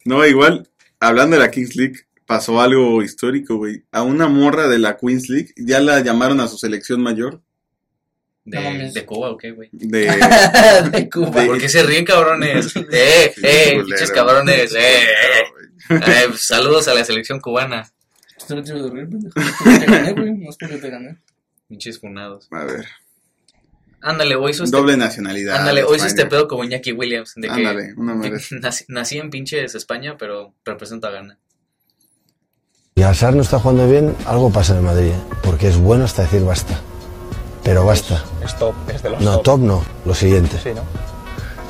Speaker 2: No, igual, hablando de la Kings League, pasó algo histórico, güey. A una morra de la Queens League ya la llamaron a su selección mayor
Speaker 1: *laughs* De,
Speaker 6: No mames.
Speaker 1: de Cuba, ¿o qué, güey?
Speaker 2: de...
Speaker 6: *laughs* De Cuba.
Speaker 1: ¿Por qué se ríen,
Speaker 2: *laughs*
Speaker 1: cabrones? ¡Eh, *laughs* eh!
Speaker 2: culero.
Speaker 1: ¡Pinches cabrones! ¡Eh! Eh, pues, saludos a la selección cubana.
Speaker 6: Te lo tiro de reír, pendejo. Porque te gané, güey, no es porque
Speaker 2: *laughs*
Speaker 6: te gané.
Speaker 1: Pinches funados.
Speaker 2: A ver,
Speaker 1: Ándale, hoy hizo este,
Speaker 2: doble nacionalidad.
Speaker 1: ándale, hoy hizo este
Speaker 2: España.
Speaker 1: pedo como Iñaki Williams. De que *laughs*
Speaker 2: Ándale, una madre.
Speaker 1: nací, nací en pinches España, pero represento a Ghana.
Speaker 7: Y Alzar no está jugando bien, algo pasa en el Madrid, ¿eh? porque es bueno hasta decir basta. Pero basta.
Speaker 5: Es top, es de los
Speaker 7: No, top no, lo siguiente.
Speaker 5: Sí, ¿no?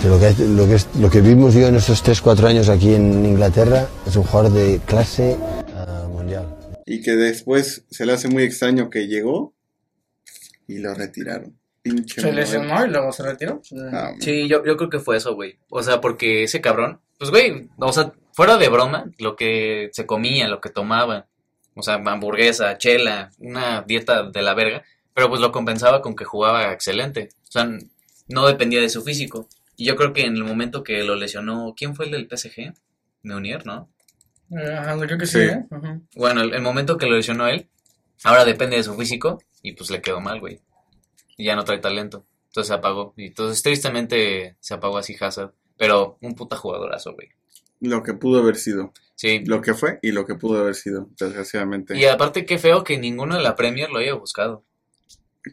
Speaker 7: Que Lo que, hay- lo que es- lo que vimos yo en estos 3-4 años aquí en Inglaterra es un jugador de clase ah, mundial.
Speaker 2: Y que después se le hace muy extraño que llegó y lo retiraron. Pinche
Speaker 6: Se
Speaker 2: madre.
Speaker 6: lesionó y luego se retiró.
Speaker 2: Ah,
Speaker 1: Sí, yo, yo creo que fue eso, güey. O sea, porque ese cabrón, pues, güey, o sea, fuera de broma, lo que se comía, lo que tomaba, o sea, hamburguesa, chela, una dieta de la verga, pero pues lo compensaba con que jugaba excelente. O sea, n- no dependía de su físico. Y yo creo que en el momento que lo lesionó, ¿quién fue el del PSG? Meunier, ¿no?
Speaker 6: Ajá, creo que sí,
Speaker 2: Sí.
Speaker 6: ¿eh? Ajá.
Speaker 1: Bueno, el, el momento que lo lesionó él, ahora depende de su físico y pues le quedó mal, güey. Y ya no trae talento. Entonces se apagó. Y entonces tristemente se apagó así Hazard. Pero un puta jugadorazo, güey.
Speaker 2: Lo que pudo haber sido.
Speaker 1: Sí.
Speaker 2: Lo que fue y lo que pudo haber sido, desgraciadamente.
Speaker 1: Y aparte qué feo que ninguno de la Premier lo haya buscado.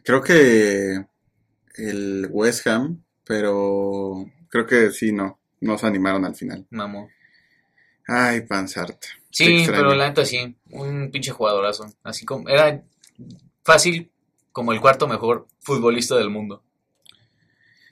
Speaker 2: Creo que el West Ham, pero creo que sí, no. No se animaron al final.
Speaker 1: Mamó.
Speaker 2: Ay, Panzart. Te
Speaker 1: Sí,
Speaker 2: extraño.
Speaker 1: pero la neta sí. Un pinche jugadorazo. Así como... Era fácil como el cuarto mejor futbolista del mundo.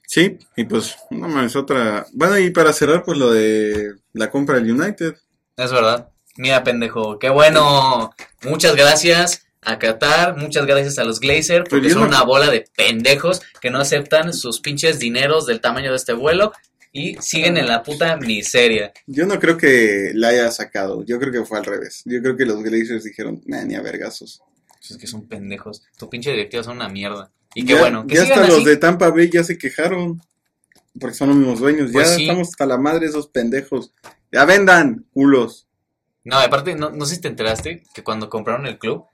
Speaker 2: Sí, y pues, no mames, otra. Bueno, y para cerrar, pues lo de la compra del United.
Speaker 1: Es verdad. Mira, pendejo. Qué bueno. Muchas gracias a Qatar. Muchas gracias a los Glazer.
Speaker 2: Pero
Speaker 1: Porque
Speaker 2: yo
Speaker 1: son
Speaker 2: no-
Speaker 1: una bola de pendejos que no aceptan sus pinches dineros del tamaño de este vuelo. Y siguen en la puta miseria.
Speaker 2: Yo no creo que la haya sacado. Yo creo que fue al revés. Yo creo que los Glazers dijeron, nah, ni a vergazos.
Speaker 1: Pues Es que son pendejos. Tu pinche directiva son una mierda. Y qué
Speaker 2: Ya-
Speaker 1: bueno. Que
Speaker 2: ya
Speaker 1: sigan
Speaker 2: hasta los
Speaker 1: así.
Speaker 2: de Tampa Bay ya se quejaron. Porque son los mismos dueños.
Speaker 1: Pues
Speaker 2: ya
Speaker 1: sí.
Speaker 2: estamos hasta la madre de esos pendejos. Ya vendan, culos.
Speaker 1: No, aparte, no, no sé si te enteraste que cuando compraron el club,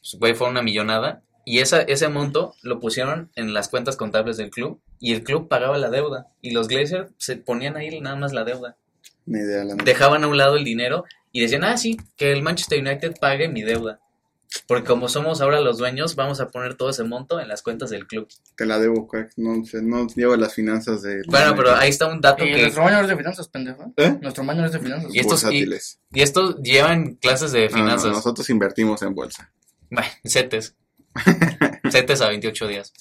Speaker 1: pues, güey, fue una millonada. Y esa, ese monto lo pusieron en las cuentas contables del club. Y el club pagaba la deuda. Y los Glazer se ponían ahí nada más la deuda.
Speaker 2: Ni idea, la neta.
Speaker 1: dejaban a un lado el dinero y decían, ah, sí, que el Manchester United pague mi deuda. Porque como somos ahora los dueños, vamos a poner todo ese monto en las cuentas del club.
Speaker 2: Te la debo, crack. No, sé, no llevo las finanzas de.
Speaker 1: Bueno, pero ahí está un dato
Speaker 6: Y
Speaker 1: que...
Speaker 6: nuestro maño no es de finanzas, pendejo. ¿eh?
Speaker 2: ¿Eh?
Speaker 6: Nuestro maño no es de finanzas.
Speaker 1: Y estos-
Speaker 2: Bursátiles.
Speaker 1: Y estos llevan clases de
Speaker 2: No, no,
Speaker 1: finanzas.
Speaker 2: nosotros invertimos en bolsa.
Speaker 1: Bueno,
Speaker 2: *laughs*
Speaker 1: CETES. CETES a 28 días.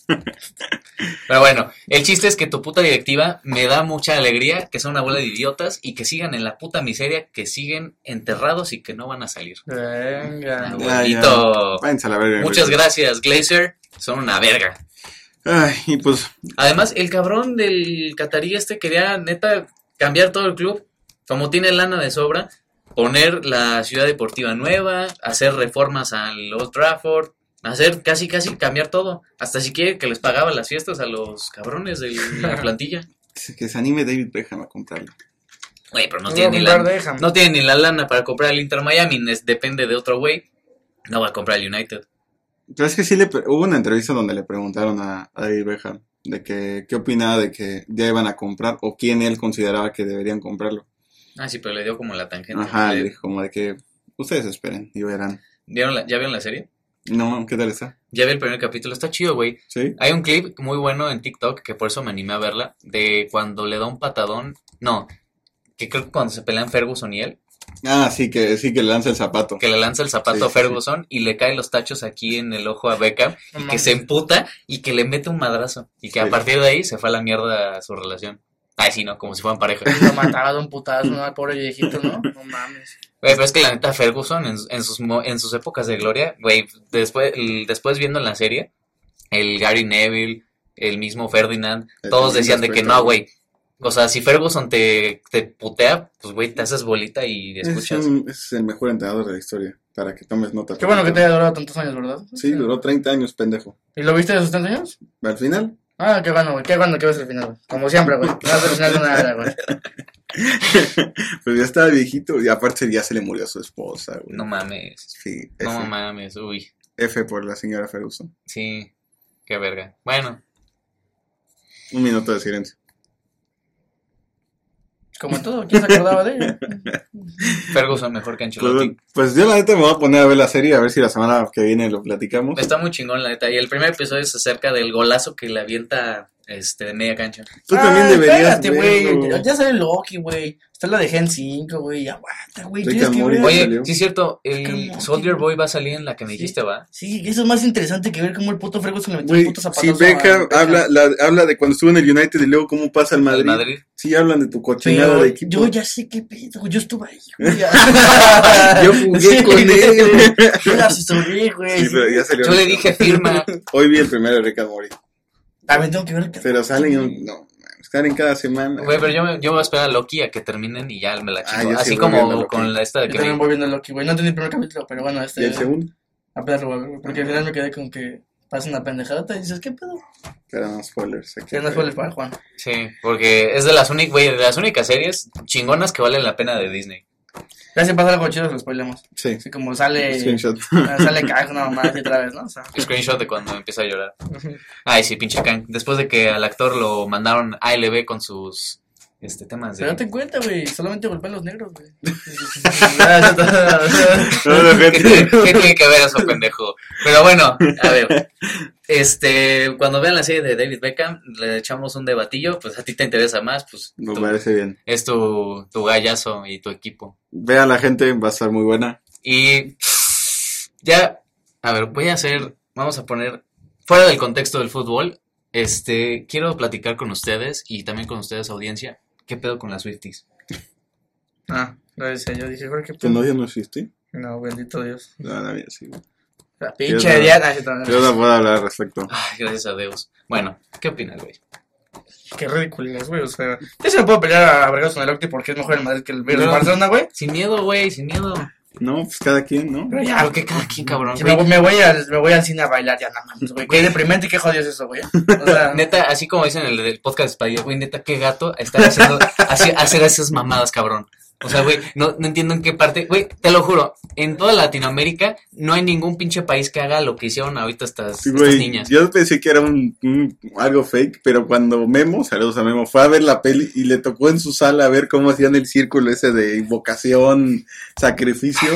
Speaker 1: Pero bueno, el chiste es que tu puta directiva me da mucha alegría, que son una bola de idiotas y que sigan en la puta miseria, que siguen enterrados y que no van a salir.
Speaker 2: Ah,
Speaker 6: Venga.
Speaker 1: Abuelito.
Speaker 2: Váyanse a la verga.
Speaker 1: Muchas gracias, Glazer. Son una verga.
Speaker 2: Ay, y pues,
Speaker 1: Además, el cabrón del catarí este quería, neta, cambiar todo el club. Como tiene lana de sobra, poner la ciudad deportiva nueva, hacer reformas al Old Trafford, hacer casi, casi cambiar todo. Hasta si quiere que les pagaba las fiestas a los cabrones de
Speaker 6: *laughs*
Speaker 1: la plantilla.
Speaker 2: que se anime David Beckham a comprarlo.
Speaker 1: Güey, pero no
Speaker 6: Voy
Speaker 1: tiene,
Speaker 6: a
Speaker 1: ni
Speaker 6: comprar
Speaker 1: la,
Speaker 6: de Ham.
Speaker 1: no tiene ni la lana para comprar el Inter Miami, nes- depende de otro güey. No va a comprar el United.
Speaker 2: Pero es que sí le pre- hubo una entrevista donde le preguntaron a, a David Beckham de que qué opinaba de que ya iban a comprar o quién él consideraba que deberían comprarlo.
Speaker 1: Ah, sí, pero le dio como la tangente.
Speaker 2: Ajá,
Speaker 1: Le-
Speaker 2: le dijo como de que ustedes esperen y verán.
Speaker 1: ¿vieron la- ¿Ya vieron la serie?
Speaker 2: No, ¿qué tal está?
Speaker 1: Ya vi el primer capítulo, está chido, güey.
Speaker 2: ¿Sí?
Speaker 1: Hay un clip muy bueno en TikTok que por eso me animé a verla, de cuando le da un patadón, no, que creo que cuando se pelean Ferguson y él,
Speaker 2: Ah, sí que sí que le lanza el zapato.
Speaker 1: que le lanza el zapato
Speaker 2: Sí,
Speaker 1: a
Speaker 2: sí, sí.
Speaker 1: Ferguson y le caen los tachos aquí en el ojo a Beckham
Speaker 6: No
Speaker 1: y que
Speaker 6: mames.
Speaker 1: se emputa y que le mete un madrazo y que a
Speaker 2: Sí.
Speaker 1: partir de ahí se fue a la mierda su relación. Ay, sí, no, como si fueran pareja.
Speaker 6: *laughs* Lo mataba de un putazo, ¿no? Al pobre viejito, ¿no? No mames.
Speaker 1: Güey, pero es que la neta Ferguson en, en sus, mo- en sus épocas de gloria, güey, después, el- después viendo la serie, el Gary Neville, el mismo Ferdinand,
Speaker 2: El
Speaker 1: todos
Speaker 2: también
Speaker 1: decían de que
Speaker 2: respeto,
Speaker 1: no, güey, O sea, si Ferguson te, te putea, pues güey, te haces bolita y
Speaker 2: Es,
Speaker 1: escuchas.
Speaker 2: un- es el mejor entrenador de la historia, para que tomes nota.
Speaker 6: Qué bueno que te haya durado tantos años, ¿verdad?
Speaker 2: Sí, duró 30 años, pendejo.
Speaker 6: ¿Y lo viste de sus tantos años?
Speaker 2: Al final, *laughs*
Speaker 6: Ah, qué bueno, güey. Qué bueno que ves el final, güey. Como siempre, güey. No vas al final de nada, güey.
Speaker 2: pues ya estaba viejito y aparte ya se le murió a su esposa, güey.
Speaker 1: No mames.
Speaker 2: Sí, F,
Speaker 1: No mames, uy.
Speaker 2: F por la señora Ferguson.
Speaker 1: Sí, qué verga. Bueno,
Speaker 2: Un minuto de silencio.
Speaker 6: Como todo, ¿quién se acordaba de ella?
Speaker 1: Ferguson mejor que
Speaker 2: Pues,
Speaker 1: Ancelotti.
Speaker 2: pues yo la neta me voy a poner a ver la serie, a ver si la semana que viene lo platicamos.
Speaker 1: Está muy chingón, la neta. Y el primer episodio es acerca del golazo que le avienta este, de media cancha.
Speaker 2: Tú también
Speaker 6: Ah,
Speaker 2: deberías
Speaker 6: espérate, güey.
Speaker 2: verlo.
Speaker 6: Ya- Ya sale Loki, güey. Está la de Gen 5, güey. Aguanta, güey.
Speaker 2: Rick
Speaker 6: Tienes
Speaker 2: and
Speaker 6: que
Speaker 2: Morty.
Speaker 6: ver.
Speaker 2: Oye,
Speaker 1: Oye,
Speaker 2: salió.
Speaker 1: sí es cierto, el
Speaker 6: Cálmate,
Speaker 1: Soldier
Speaker 6: güey.
Speaker 1: Boy va a salir en la que me
Speaker 6: Sí.
Speaker 1: dijiste, ¿va?
Speaker 6: Sí, eso es más interesante que ver cómo el puto Ferguson le metió
Speaker 2: Güey,
Speaker 6: un puto zapatazo.
Speaker 2: sí,
Speaker 6: a
Speaker 2: Beckham
Speaker 6: Beckham.
Speaker 2: habla, la- habla de cuando estuvo en el United y luego cómo pasa al Madrid.
Speaker 1: Madrid. Madrid.
Speaker 2: Sí, hablan de tu cochinada
Speaker 6: Pero
Speaker 2: de equipo.
Speaker 6: yo ya sé qué pedo, yo estuve ahí,
Speaker 2: *laughs*
Speaker 6: güey. *laughs*
Speaker 2: Yo jugué con él.
Speaker 6: Yo la asesoré, güey.
Speaker 2: Sí, pero ya salió.
Speaker 1: Yo le dije
Speaker 2: *laughs*
Speaker 1: firma.
Speaker 2: Hoy vi el primero de Rick and Morty.
Speaker 6: También tengo que ver el que-
Speaker 2: Pero salen, no, salen cada semana.
Speaker 1: Güey, pero yo me, yo me voy a esperar a Loki a que terminen y ya me la
Speaker 2: Ah,
Speaker 1: chingo.
Speaker 2: yo sí
Speaker 1: Así
Speaker 2: voy viendo
Speaker 1: como
Speaker 2: Loki.
Speaker 1: con la esta de
Speaker 6: Yo
Speaker 1: que vi.
Speaker 6: también voy viendo Loki, güey. No entendí el primer capítulo, pero bueno,
Speaker 2: ¿Y
Speaker 6: este.
Speaker 2: el segundo?
Speaker 6: Apenas lo voy a ver, güey, Porque al final me quedé con que pasa una pendejada y dices, ¿qué pedo?
Speaker 2: Pero no spoilers. Aquí,
Speaker 6: Que no suele para Juan.
Speaker 1: Sí, porque es de las únicas, güey, de las únicas series chingonas que valen la pena de Disney.
Speaker 6: Ya si pasa algo chido, lo spoilamos.
Speaker 2: *laughs* Sí,
Speaker 6: Así como sale.
Speaker 2: screenshot.
Speaker 6: ah, Sale cago, nada más y otra vez, ¿no? O sea.
Speaker 1: Screenshot de cuando empieza a llorar. Ay, sí, pinche Kang. Después de que al actor lo mandaron a LB con sus este, temas
Speaker 6: Pero
Speaker 1: de...
Speaker 6: date cuenta, güey. Solamente golpean los negros,
Speaker 1: *laughs*
Speaker 6: güey.
Speaker 2: *laughs*
Speaker 6: Gracias,
Speaker 2: No, no,
Speaker 1: ¿Qué, tiene-
Speaker 2: gente.
Speaker 1: qué tiene que ver eso, pendejo? Pero bueno, a ver. Este, cuando vean la serie de David Beckham, le echamos un debatillo. Pues a ti te interesa más, pues
Speaker 2: Me
Speaker 1: tú-
Speaker 2: parece bien.
Speaker 1: es tu, tu gallazo y tu equipo.
Speaker 2: Ve a la gente, va a estar muy buena.
Speaker 1: Y ya, a ver, voy a hacer, vamos a poner, fuera del contexto del fútbol, este, quiero platicar con ustedes y también con ustedes, audiencia, ¿qué pedo con las Swifties?
Speaker 6: Ah, lo decía yo. Dije, güey, qué
Speaker 2: ¿Tu
Speaker 6: pedo.
Speaker 2: novia no existe?
Speaker 6: No, bendito Dios.
Speaker 2: No, la mía sí.
Speaker 6: La
Speaker 2: Yo
Speaker 6: pinche
Speaker 2: no-
Speaker 6: Diana. sí, también.
Speaker 2: Yo no puedo hablar al respecto.
Speaker 1: Ay, gracias a Dios. Bueno, ¿qué opinas, güey?
Speaker 6: Qué ridiculez, güey. O sea, yo se me puedo pelear a Vergas con el Octi porque es mejor el Madrid que el Virus
Speaker 1: No.
Speaker 6: Barcelona, güey.
Speaker 1: Sin miedo, güey, sin miedo.
Speaker 2: No, pues cada quien, ¿no?
Speaker 6: Pero ya,
Speaker 1: Claro que cada quien, cabrón.
Speaker 6: si me,
Speaker 1: güey.
Speaker 6: voy- me voy al, me voy al cine a bailar, ya, no mames, güey. Qué deprimente y qué jodido es eso, güey.
Speaker 1: *laughs*
Speaker 6: O sea,
Speaker 1: Neta, así como dicen en el, del podcast de Spadilla, güey, neta, qué gato estar haciendo, hace- hacer esas mamadas, cabrón. O sea, güey, no, no entiendo en qué parte, güey, te lo juro, en toda Latinoamérica no hay ningún pinche país que haga lo que hicieron ahorita estas,
Speaker 2: Sí,
Speaker 1: estas
Speaker 2: güey.
Speaker 1: niñas.
Speaker 2: Yo pensé que era un, un- algo fake, pero cuando Memo, saludos a Memo, fue a ver la peli y le tocó en su sala a ver cómo hacían el círculo ese de invocación, sacrificio.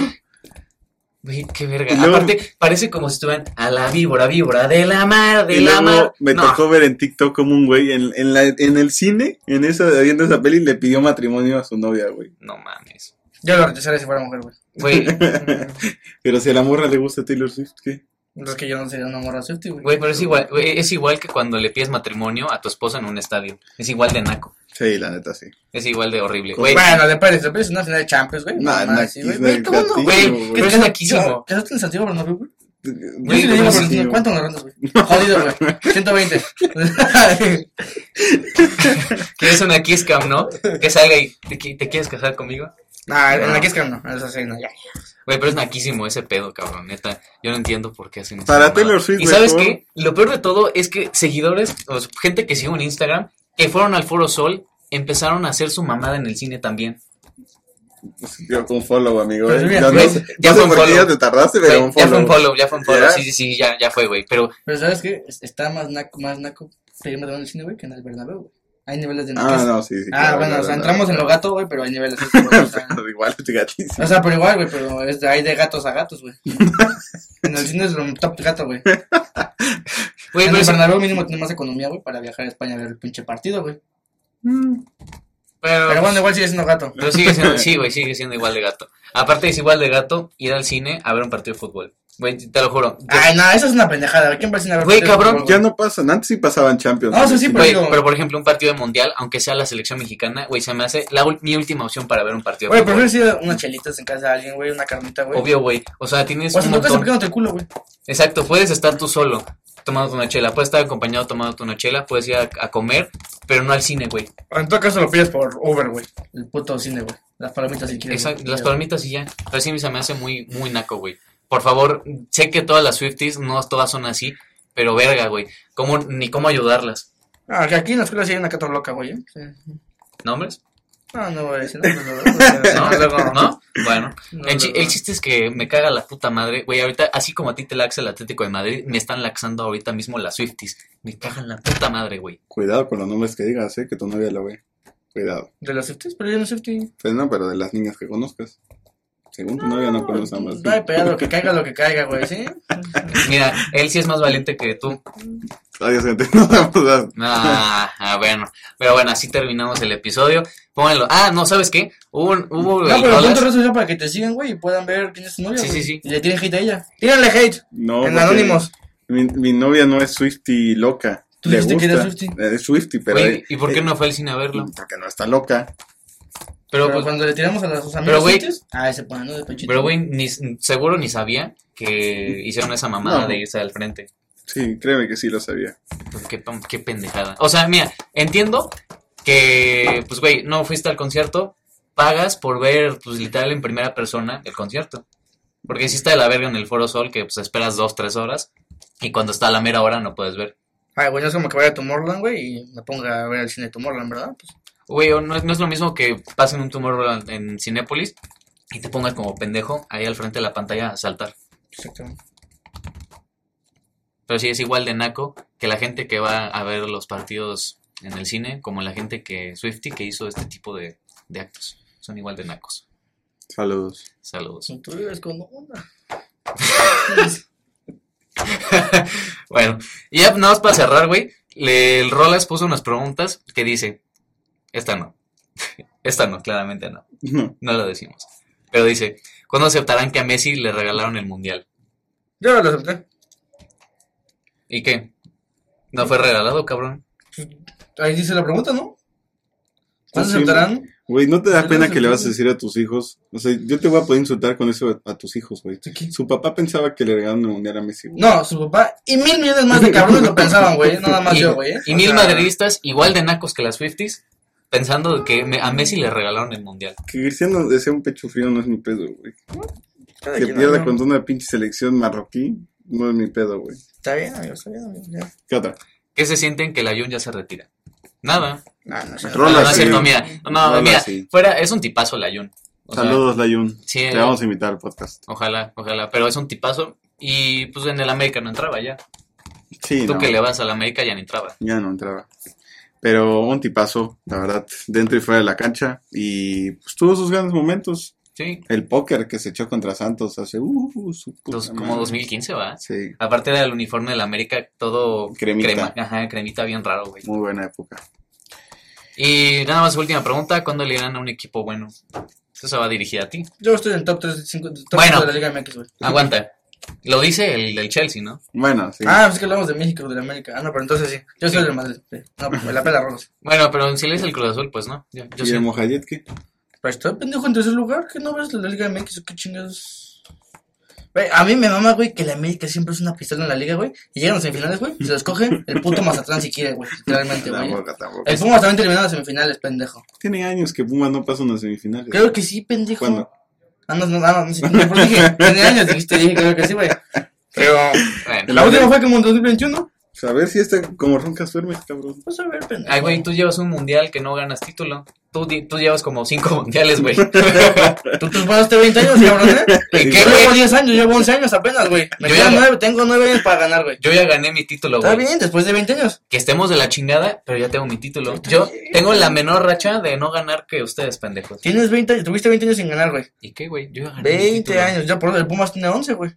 Speaker 1: Güey, qué verga.
Speaker 2: Y luego-
Speaker 1: Aparte, parece como si estuvieran a la víbora, víbora de la mar, de
Speaker 2: Y
Speaker 1: la
Speaker 2: luego
Speaker 1: mar.
Speaker 2: me
Speaker 1: No,
Speaker 2: tocó ver en TikTok como un güey en, en, la- en el cine, en esa, viendo esa peli, le pidió matrimonio a su novia, güey. *laughs*
Speaker 1: no mames.
Speaker 6: yo lo rechazaré si fuera mujer,
Speaker 1: *laughs*
Speaker 6: güey.
Speaker 1: Güey,
Speaker 2: Pero si a la morra le gusta Taylor Swift, ¿qué?
Speaker 6: Entonces que yo no sería una morra Swiftie, güey.
Speaker 1: güey, pero es igual, güey, es igual que cuando le pides matrimonio a tu esposa en un estadio. Es igual de naco.
Speaker 2: Sí, la neta, sí.
Speaker 1: Es igual de horrible.
Speaker 2: Con-
Speaker 1: Güey,
Speaker 6: Bueno, de Pérez, de Pérez es una final de Champions, güey.
Speaker 2: No,
Speaker 6: No,
Speaker 2: no,
Speaker 6: no, sí, güey.
Speaker 2: es
Speaker 6: Güey,
Speaker 2: del
Speaker 6: ¿Cómo no, güey?
Speaker 2: gatillo,
Speaker 1: güey,
Speaker 2: güey.
Speaker 1: pero es naquísimo.
Speaker 6: ¿Qué en Santiago Bernabéu, güey? Yo
Speaker 1: Güey,
Speaker 6: sí le digo
Speaker 1: pero
Speaker 6: por
Speaker 1: sí,
Speaker 6: encima, ¿cuánto me rondas, güey? *laughs* Jodido, güey. *laughs* 120.
Speaker 1: Que es una kiss cam, ¿no? Que salga y te, qui- te quieres casar conmigo.
Speaker 6: Nah, Ah, en la que es que no. Eso sí, no, ya.
Speaker 1: Güey, pero es naquísimo ese pedo, cabrón, neta. Yo no entiendo por qué hacen eso.
Speaker 2: Para Taylor Swift,
Speaker 1: Y sabes
Speaker 2: mejor.
Speaker 1: qué? Lo peor de todo es que seguidores, o sea, gente que sigo en Instagram, que fueron al Foro Sol, empezaron a hacer su mamada en el cine también.
Speaker 2: Pues yo con follow, amigo.
Speaker 6: Pues
Speaker 2: ¿eh?
Speaker 6: mira,
Speaker 2: ya no
Speaker 1: güey,
Speaker 2: sé,
Speaker 1: ya
Speaker 2: no sé
Speaker 1: fue un
Speaker 2: por qué
Speaker 1: follow.
Speaker 2: ya te tardaste, pero
Speaker 1: Güey,
Speaker 2: un
Speaker 1: ya
Speaker 2: follow.
Speaker 1: fue un follow, ya fue un follow.
Speaker 2: ¿Ya?
Speaker 1: Sí, sí, sí, ya, ya fue, güey. Pero
Speaker 6: Pero ¿sabes qué? Es- Está más naco, más naco pedir matrimonio en el cine, güey, que en el Bernabéu, güey. Hay niveles de
Speaker 2: Ah,
Speaker 6: naquez.
Speaker 2: no, sí, sí.
Speaker 6: Ah,
Speaker 2: claro,
Speaker 6: bueno,
Speaker 2: claro,
Speaker 6: o sea,
Speaker 2: no.
Speaker 6: entramos en Ah, lo gato, güey, pero hay niveles. de naquez, o sea.
Speaker 2: *laughs* Pero Igual, es gatísimo.
Speaker 6: O sea, pero igual, güey, pero es de, hay de gatos a gatos, *laughs* güey. En el cine es lo top gato, güey.
Speaker 1: Güey,
Speaker 6: en
Speaker 1: pero
Speaker 6: el
Speaker 1: es-
Speaker 6: Bernabéu mínimo tiene más economía, güey, para viajar a España a ver el pinche partido, güey.
Speaker 1: pero-
Speaker 6: Pero bueno, igual sigue siendo gato.
Speaker 1: pero sigue siendo, sí, güey, sigue siendo igual de gato. Aparte es igual de gato ir al cine a ver un partido de fútbol. Güey, te lo juro. yo-
Speaker 6: Ay, no, eso es una pendejada, güey. ¿Quién va a cine a ver
Speaker 1: Güey,
Speaker 6: partidos de
Speaker 1: cabrón,
Speaker 6: fútbol,
Speaker 2: Ya
Speaker 6: güey?
Speaker 2: no pasan, antes sí pasaban Champions.
Speaker 6: Ah, o sea, sí,
Speaker 1: Güey,
Speaker 6: pero-
Speaker 1: pero por ejemplo, un partido de mundial, aunque sea la selección mexicana, güey, se me hace la ul- mi última opción para ver un partido. de
Speaker 6: Güey,
Speaker 1: fútbol.
Speaker 6: prefiero ir unas chelitas en casa de alguien, güey, una carnita, güey.
Speaker 1: Obvio, güey. O sea, tienes
Speaker 6: O sea,
Speaker 1: un
Speaker 6: en tu casa
Speaker 1: montón.
Speaker 6: picándote el culo, güey.
Speaker 1: Exacto, puedes estar tú solo. tomando una chela. Puedes estar acompañado tomando una chela, puedes ir a, a comer, pero no al cine, güey.
Speaker 5: En todo caso lo pides por Uber, güey.
Speaker 6: El puto cine, güey. Las palomitas si quieres.
Speaker 1: Exacto,
Speaker 6: güey.
Speaker 1: las palomitas y ya. Pero sí se me hace muy, muy naco, güey. Por favor, sé que todas las Swifties no todas son así, pero verga, güey. ¿Cómo, ni cómo ayudarlas.
Speaker 6: Ah, que aquí en la escuela sí hay una que otra loca, güey. ¿eh?
Speaker 1: ¿Nombres?
Speaker 6: No, no voy a decir.
Speaker 1: *laughs*
Speaker 6: No,
Speaker 1: ¿No?
Speaker 6: no, no, no, *laughs* luego-
Speaker 1: ¿No? Bueno.
Speaker 6: no,
Speaker 1: El, chi-
Speaker 6: luego-
Speaker 1: el chiste es que me caga la puta madre, güey. Ahorita, así como a ti te laxa el Atlético de Madrid, me están laxando ahorita mismo las Swifties. Me cagan la puta madre, güey.
Speaker 2: Cuidado con los nombres que digas, ¿eh? Que tu novia lo ve. Cuidado.
Speaker 6: ¿De las safety? Pero yo no safety.
Speaker 2: Pues no, pero de las niñas que conozcas. Según tu novia no conoces a más.
Speaker 6: No hay pedo, que caiga lo que caiga, güey, ¿sí?
Speaker 1: Mira, él sí es más valiente que tú.
Speaker 2: Adiós, gente. *laughs* No te
Speaker 1: Ah, ah, bueno. Pero bueno, así terminamos el episodio. Pónganlo. Ah, no, ¿sabes qué? Hubo, un- hubo
Speaker 6: No,
Speaker 1: el
Speaker 6: pero
Speaker 1: Rolas-
Speaker 6: punto red social para que te sigan, güey, y puedan ver quién es tu novia.
Speaker 1: Sí,
Speaker 6: güey.
Speaker 1: sí, sí.
Speaker 6: Y le tiren hate a ella. Tírenle hate.
Speaker 2: No,
Speaker 6: en
Speaker 2: porque
Speaker 6: Anónimos.
Speaker 2: Mi, mi novia no es Swifty loca.
Speaker 6: ¿Tú
Speaker 2: Le
Speaker 6: dijiste que
Speaker 2: gusta.
Speaker 6: era Swiftie?
Speaker 2: Eh, Es Swifty, pero.
Speaker 1: Güey, ¿y por qué
Speaker 2: eh,
Speaker 1: no fue al cine a verlo?
Speaker 2: Porque no está loca.
Speaker 1: Pero,
Speaker 6: Pero,
Speaker 1: pues,
Speaker 6: cuando le tiramos a las- a sus amigos
Speaker 1: pero, güey-
Speaker 6: safeties, ah, se ponen ¿no? de pechito.
Speaker 1: pero güey, ni, seguro ni sabía que hicieron esa mamada
Speaker 2: No.
Speaker 1: de irse al frente.
Speaker 2: Sí, créeme que sí lo sabía.
Speaker 1: Pues, qué, pam- qué pendejada. O sea, mira, entiendo que, pues, güey, no fuiste al concierto, pagas por ver, pues, literal, en primera persona el concierto. Porque si está de la verga en el Foro Sol, que, pues, esperas dos, tres horas, y cuando está a la mera hora no puedes ver.
Speaker 6: Ay, güey, no es como que vaya a Tomorrowland, güey, y me ponga a ver el cine de Tomorrowland, ¿verdad? Pues,
Speaker 1: Güey, o no es, no es lo mismo que pasen un tumor en Cinépolis y te pongas como pendejo ahí al frente de la pantalla a saltar.
Speaker 6: exactamente.
Speaker 1: Pero sí es igual de naco que la gente que va a ver los partidos en el cine, como la gente que Swifty que hizo este tipo de, de actos. Son igual de nacos.
Speaker 2: Saludos. *laughs*
Speaker 1: Saludos.
Speaker 6: Tú vives con onda.
Speaker 1: Bueno, y ya nada más para cerrar, güey. le- El Rolas puso unas preguntas que dice: Esta no. *laughs* Esta no, claramente no.
Speaker 2: No,
Speaker 1: No lo decimos. Pero dice: ¿Cuándo aceptarán que a Messi le regalaron el mundial?
Speaker 6: Yo lo acepté.
Speaker 1: ¿Y qué? ¿No fue regalado, cabrón?
Speaker 6: Ahí dice la pregunta, ¿no? ¿Cuándo
Speaker 2: Sí,
Speaker 6: aceptarán?
Speaker 2: Güey, ¿no te da
Speaker 6: Saludos,
Speaker 2: pena que le vas a
Speaker 6: saludos.
Speaker 2: decir a tus hijos? O sea, yo te voy a poder insultar con eso a, a tus hijos, güey.
Speaker 6: ¿De qué?
Speaker 2: Su papá pensaba que le regalaron el mundial a Messi. güey.
Speaker 6: No, su papá y mil millones más de cabrones lo pensaban, güey. Nada más *laughs*
Speaker 1: y,
Speaker 6: yo, güey. ¿eh?
Speaker 1: y
Speaker 6: O
Speaker 1: mil
Speaker 6: sea,
Speaker 1: madridistas igual de nacos que las Swifties pensando que me- a Messi le regalaron el mundial.
Speaker 2: Que Cristiano sea un pecho frío no es mi pedo, güey.
Speaker 6: cada
Speaker 2: Que
Speaker 6: quien,
Speaker 2: pierda
Speaker 6: ¿no?
Speaker 2: contra una pinche selección marroquí no es mi pedo, güey.
Speaker 6: Está bien, amigo, está bien, amigo. ya.
Speaker 2: ¿Qué otra?
Speaker 1: ¿Qué se sienten que la Jun ya se retira? Nada. Ah,
Speaker 6: No, no sé.
Speaker 1: No, no,
Speaker 2: Rolas,
Speaker 1: es cierto,
Speaker 2: sí.
Speaker 1: mira. No,
Speaker 2: Rola,
Speaker 1: mira,
Speaker 2: sí.
Speaker 1: fuera, es un tipazo la Jun. O sea,
Speaker 2: Saludos, Layun.
Speaker 1: sí,
Speaker 2: Te vamos a invitar al podcast.
Speaker 1: ojalá, ojalá, pero es un tipazo. Y pues en el América no entraba ya.
Speaker 2: Sí,
Speaker 1: Tú
Speaker 2: no,
Speaker 1: que le vas al América ya ni entraba.
Speaker 2: ya no entraba. Pero un tipazo, la verdad, dentro y fuera de la cancha. Y pues tuvo sus grandes momentos.
Speaker 1: Sí,
Speaker 2: El póker que se echó contra Santos hace, uh, su puta
Speaker 1: dos- como
Speaker 2: madre.
Speaker 1: 2015, va.
Speaker 2: Sí,
Speaker 1: Aparte era el uniforme del América todo
Speaker 2: Cremita.
Speaker 1: crema, ajá, cremita bien raro, güey.
Speaker 2: muy buena época.
Speaker 1: Y nada más, última pregunta: ¿cuándo le irán a un equipo bueno? Eso se va dirigida a ti.
Speaker 6: Yo estoy en el top 3 cinco- top
Speaker 1: Bueno.
Speaker 6: cinco de la Liga MX, güey.
Speaker 1: Aguanta. Lo dice el del Chelsea, ¿no?
Speaker 2: Bueno, sí.
Speaker 6: Ah, pues es que hablamos de México, de la América. Ah, no, pero entonces sí. Yo soy
Speaker 1: Sí.
Speaker 6: del Madrid. sí. No, pues me la pela Rolos.
Speaker 1: Bueno, pero si le dice el Cruz Azul, pues no. Yo, yo
Speaker 2: ¿Y
Speaker 1: sí.
Speaker 2: el Mojayet qué?
Speaker 6: Pero estoy pendejo en tercer lugar, que no ves la Liga MX, o qué chingados. Güey, a mí me mama, güey, que la América siempre es una pistola en la liga, güey. Y llegan a las semifinales, güey, se los coge el puto Mazatlán si quiere, güey. Literalmente, güey.
Speaker 2: Tampoco, tampoco.
Speaker 6: El Pumas también terminó en las semifinales, pendejo.
Speaker 2: Tiene años que Pumas no pasa unas semifinales.
Speaker 6: Creo que sí, pendejo.
Speaker 2: ¿Cuándo?
Speaker 6: Ah, no, no, no, no, sí, no, por eso *laughs* dije, tiene años, dijiste, dije, creo que sí, güey. Pero,
Speaker 1: Bueno.
Speaker 6: la última fue como en 2021.
Speaker 2: Pues, a ver si está como roncas duermes, cabrón.
Speaker 6: Pues a ver, pendejo.
Speaker 1: Ay, güey, tú llevas un mundial que no ganas título. Tú, di- tú llevas como cinco *laughs* mundiales,
Speaker 6: *laughs*
Speaker 1: güey.
Speaker 6: Tú te pasaste 20 *laughs* años, cabrón, ¿eh?
Speaker 1: ¿Y qué,
Speaker 6: Yo llevo
Speaker 1: güey?
Speaker 6: 10 años, llevo 11 años apenas, güey. Me
Speaker 1: Yo
Speaker 6: quedan
Speaker 1: ya-
Speaker 6: 9, tengo 9 años para ganar, güey.
Speaker 1: Yo ya gané mi título,
Speaker 6: Está
Speaker 1: güey.
Speaker 6: bien, después de 20 años.
Speaker 1: Que estemos de la chingada, pero ya tengo mi título. Yo tengo la menor racha de no ganar que ustedes, pendejos.
Speaker 6: Tienes 20 años, tuviste 20 años sin ganar, güey.
Speaker 1: ¿Y qué, güey? Yo ya gané mi Ah,
Speaker 6: 20
Speaker 1: título.
Speaker 6: años, ya por eso el Pumas tiene 11, güey.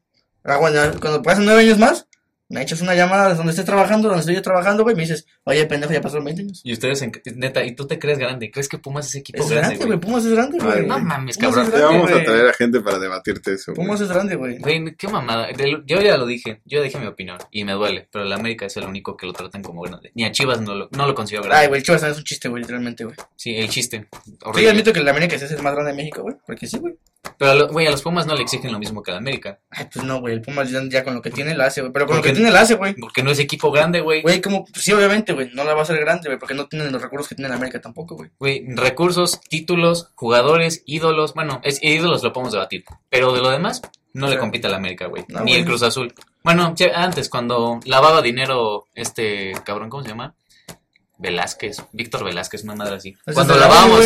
Speaker 6: Ah, bueno, cuando pasen 9 años más, me echas una llamada de donde estés trabajando, donde estoy yo trabajando, güey, y me dices, oye, pendejo, ya pasaron 20 años.
Speaker 1: Y ustedes, en- neta, ¿y tú te crees grande? ¿Crees que Pumas es equipo
Speaker 6: Es
Speaker 1: grande,
Speaker 6: grande, güey,
Speaker 1: güey?
Speaker 6: Pumas es grande,
Speaker 2: Ay,
Speaker 6: güey.
Speaker 1: No mames,
Speaker 6: Pumas
Speaker 1: cabrón.
Speaker 6: es
Speaker 2: Te
Speaker 6: grande,
Speaker 2: vamos a
Speaker 6: güey.
Speaker 2: traer a gente para debatirte eso. güey.
Speaker 6: Pumas es grande, güey.
Speaker 1: Güey, qué mamada. Del- Yo ya lo dije, yo dije mi opinión y me duele, pero el América es el único que lo tratan como grande. Ni a Chivas no lo, no lo considero grande.
Speaker 6: Ay, güey, el Chivas es un chiste, güey, literalmente, güey.
Speaker 1: Sí, el chiste.
Speaker 6: Sí,
Speaker 1: Horrible.
Speaker 6: admito que la América sí es el más grande de México, güey, porque sí, güey.
Speaker 1: Pero, a lo- güey, a los Pumas no le exigen lo mismo que al América.
Speaker 6: Ay, pues no, güey. El Pumas ya, ya con lo que tiene la hace, güey. Pero con lo
Speaker 1: Porque-
Speaker 6: que tiene la hace, güey.
Speaker 1: Porque no es equipo grande, güey.
Speaker 6: Güey, como. Sí, obviamente, güey. No la va a hacer grande, güey. Porque no tienen los recursos que tiene la América tampoco, güey.
Speaker 1: Güey, recursos, títulos, jugadores, ídolos. Bueno, es, ídolos lo podemos debatir. Pero de lo demás, no le
Speaker 6: Sí.
Speaker 1: compite al América, güey.
Speaker 6: No,
Speaker 1: Ni
Speaker 6: güey.
Speaker 1: el Cruz Azul. Bueno, che, antes, cuando lavaba dinero este cabrón, ¿cómo se llama? Velázquez, Víctor Velázquez, una madre así. Cuando lavábamos,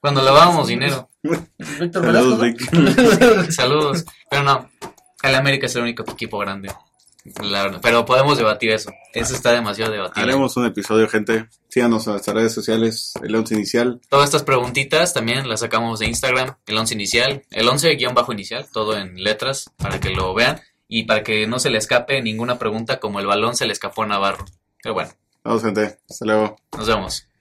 Speaker 1: cuando lavábamos dinero.
Speaker 6: Víctor
Speaker 2: Saludos,
Speaker 6: Velasco,
Speaker 2: Vic.
Speaker 6: *laughs* ¿no?
Speaker 1: Saludos. Pero no, el América es el único equipo grande. La verdad. Pero podemos debatir eso. Eso está demasiado debatible.
Speaker 2: Haremos un episodio, gente. Síganos en las redes sociales, el once inicial.
Speaker 1: Todas estas preguntitas también las sacamos de Instagram, el 11 inicial, el 11 guión bajo inicial, todo en letras para que lo vean y para que no se le escape ninguna pregunta como el balón se le escapó a Navarro. Pero bueno,
Speaker 2: Vamos, gente. Hasta luego.
Speaker 1: nos vemos.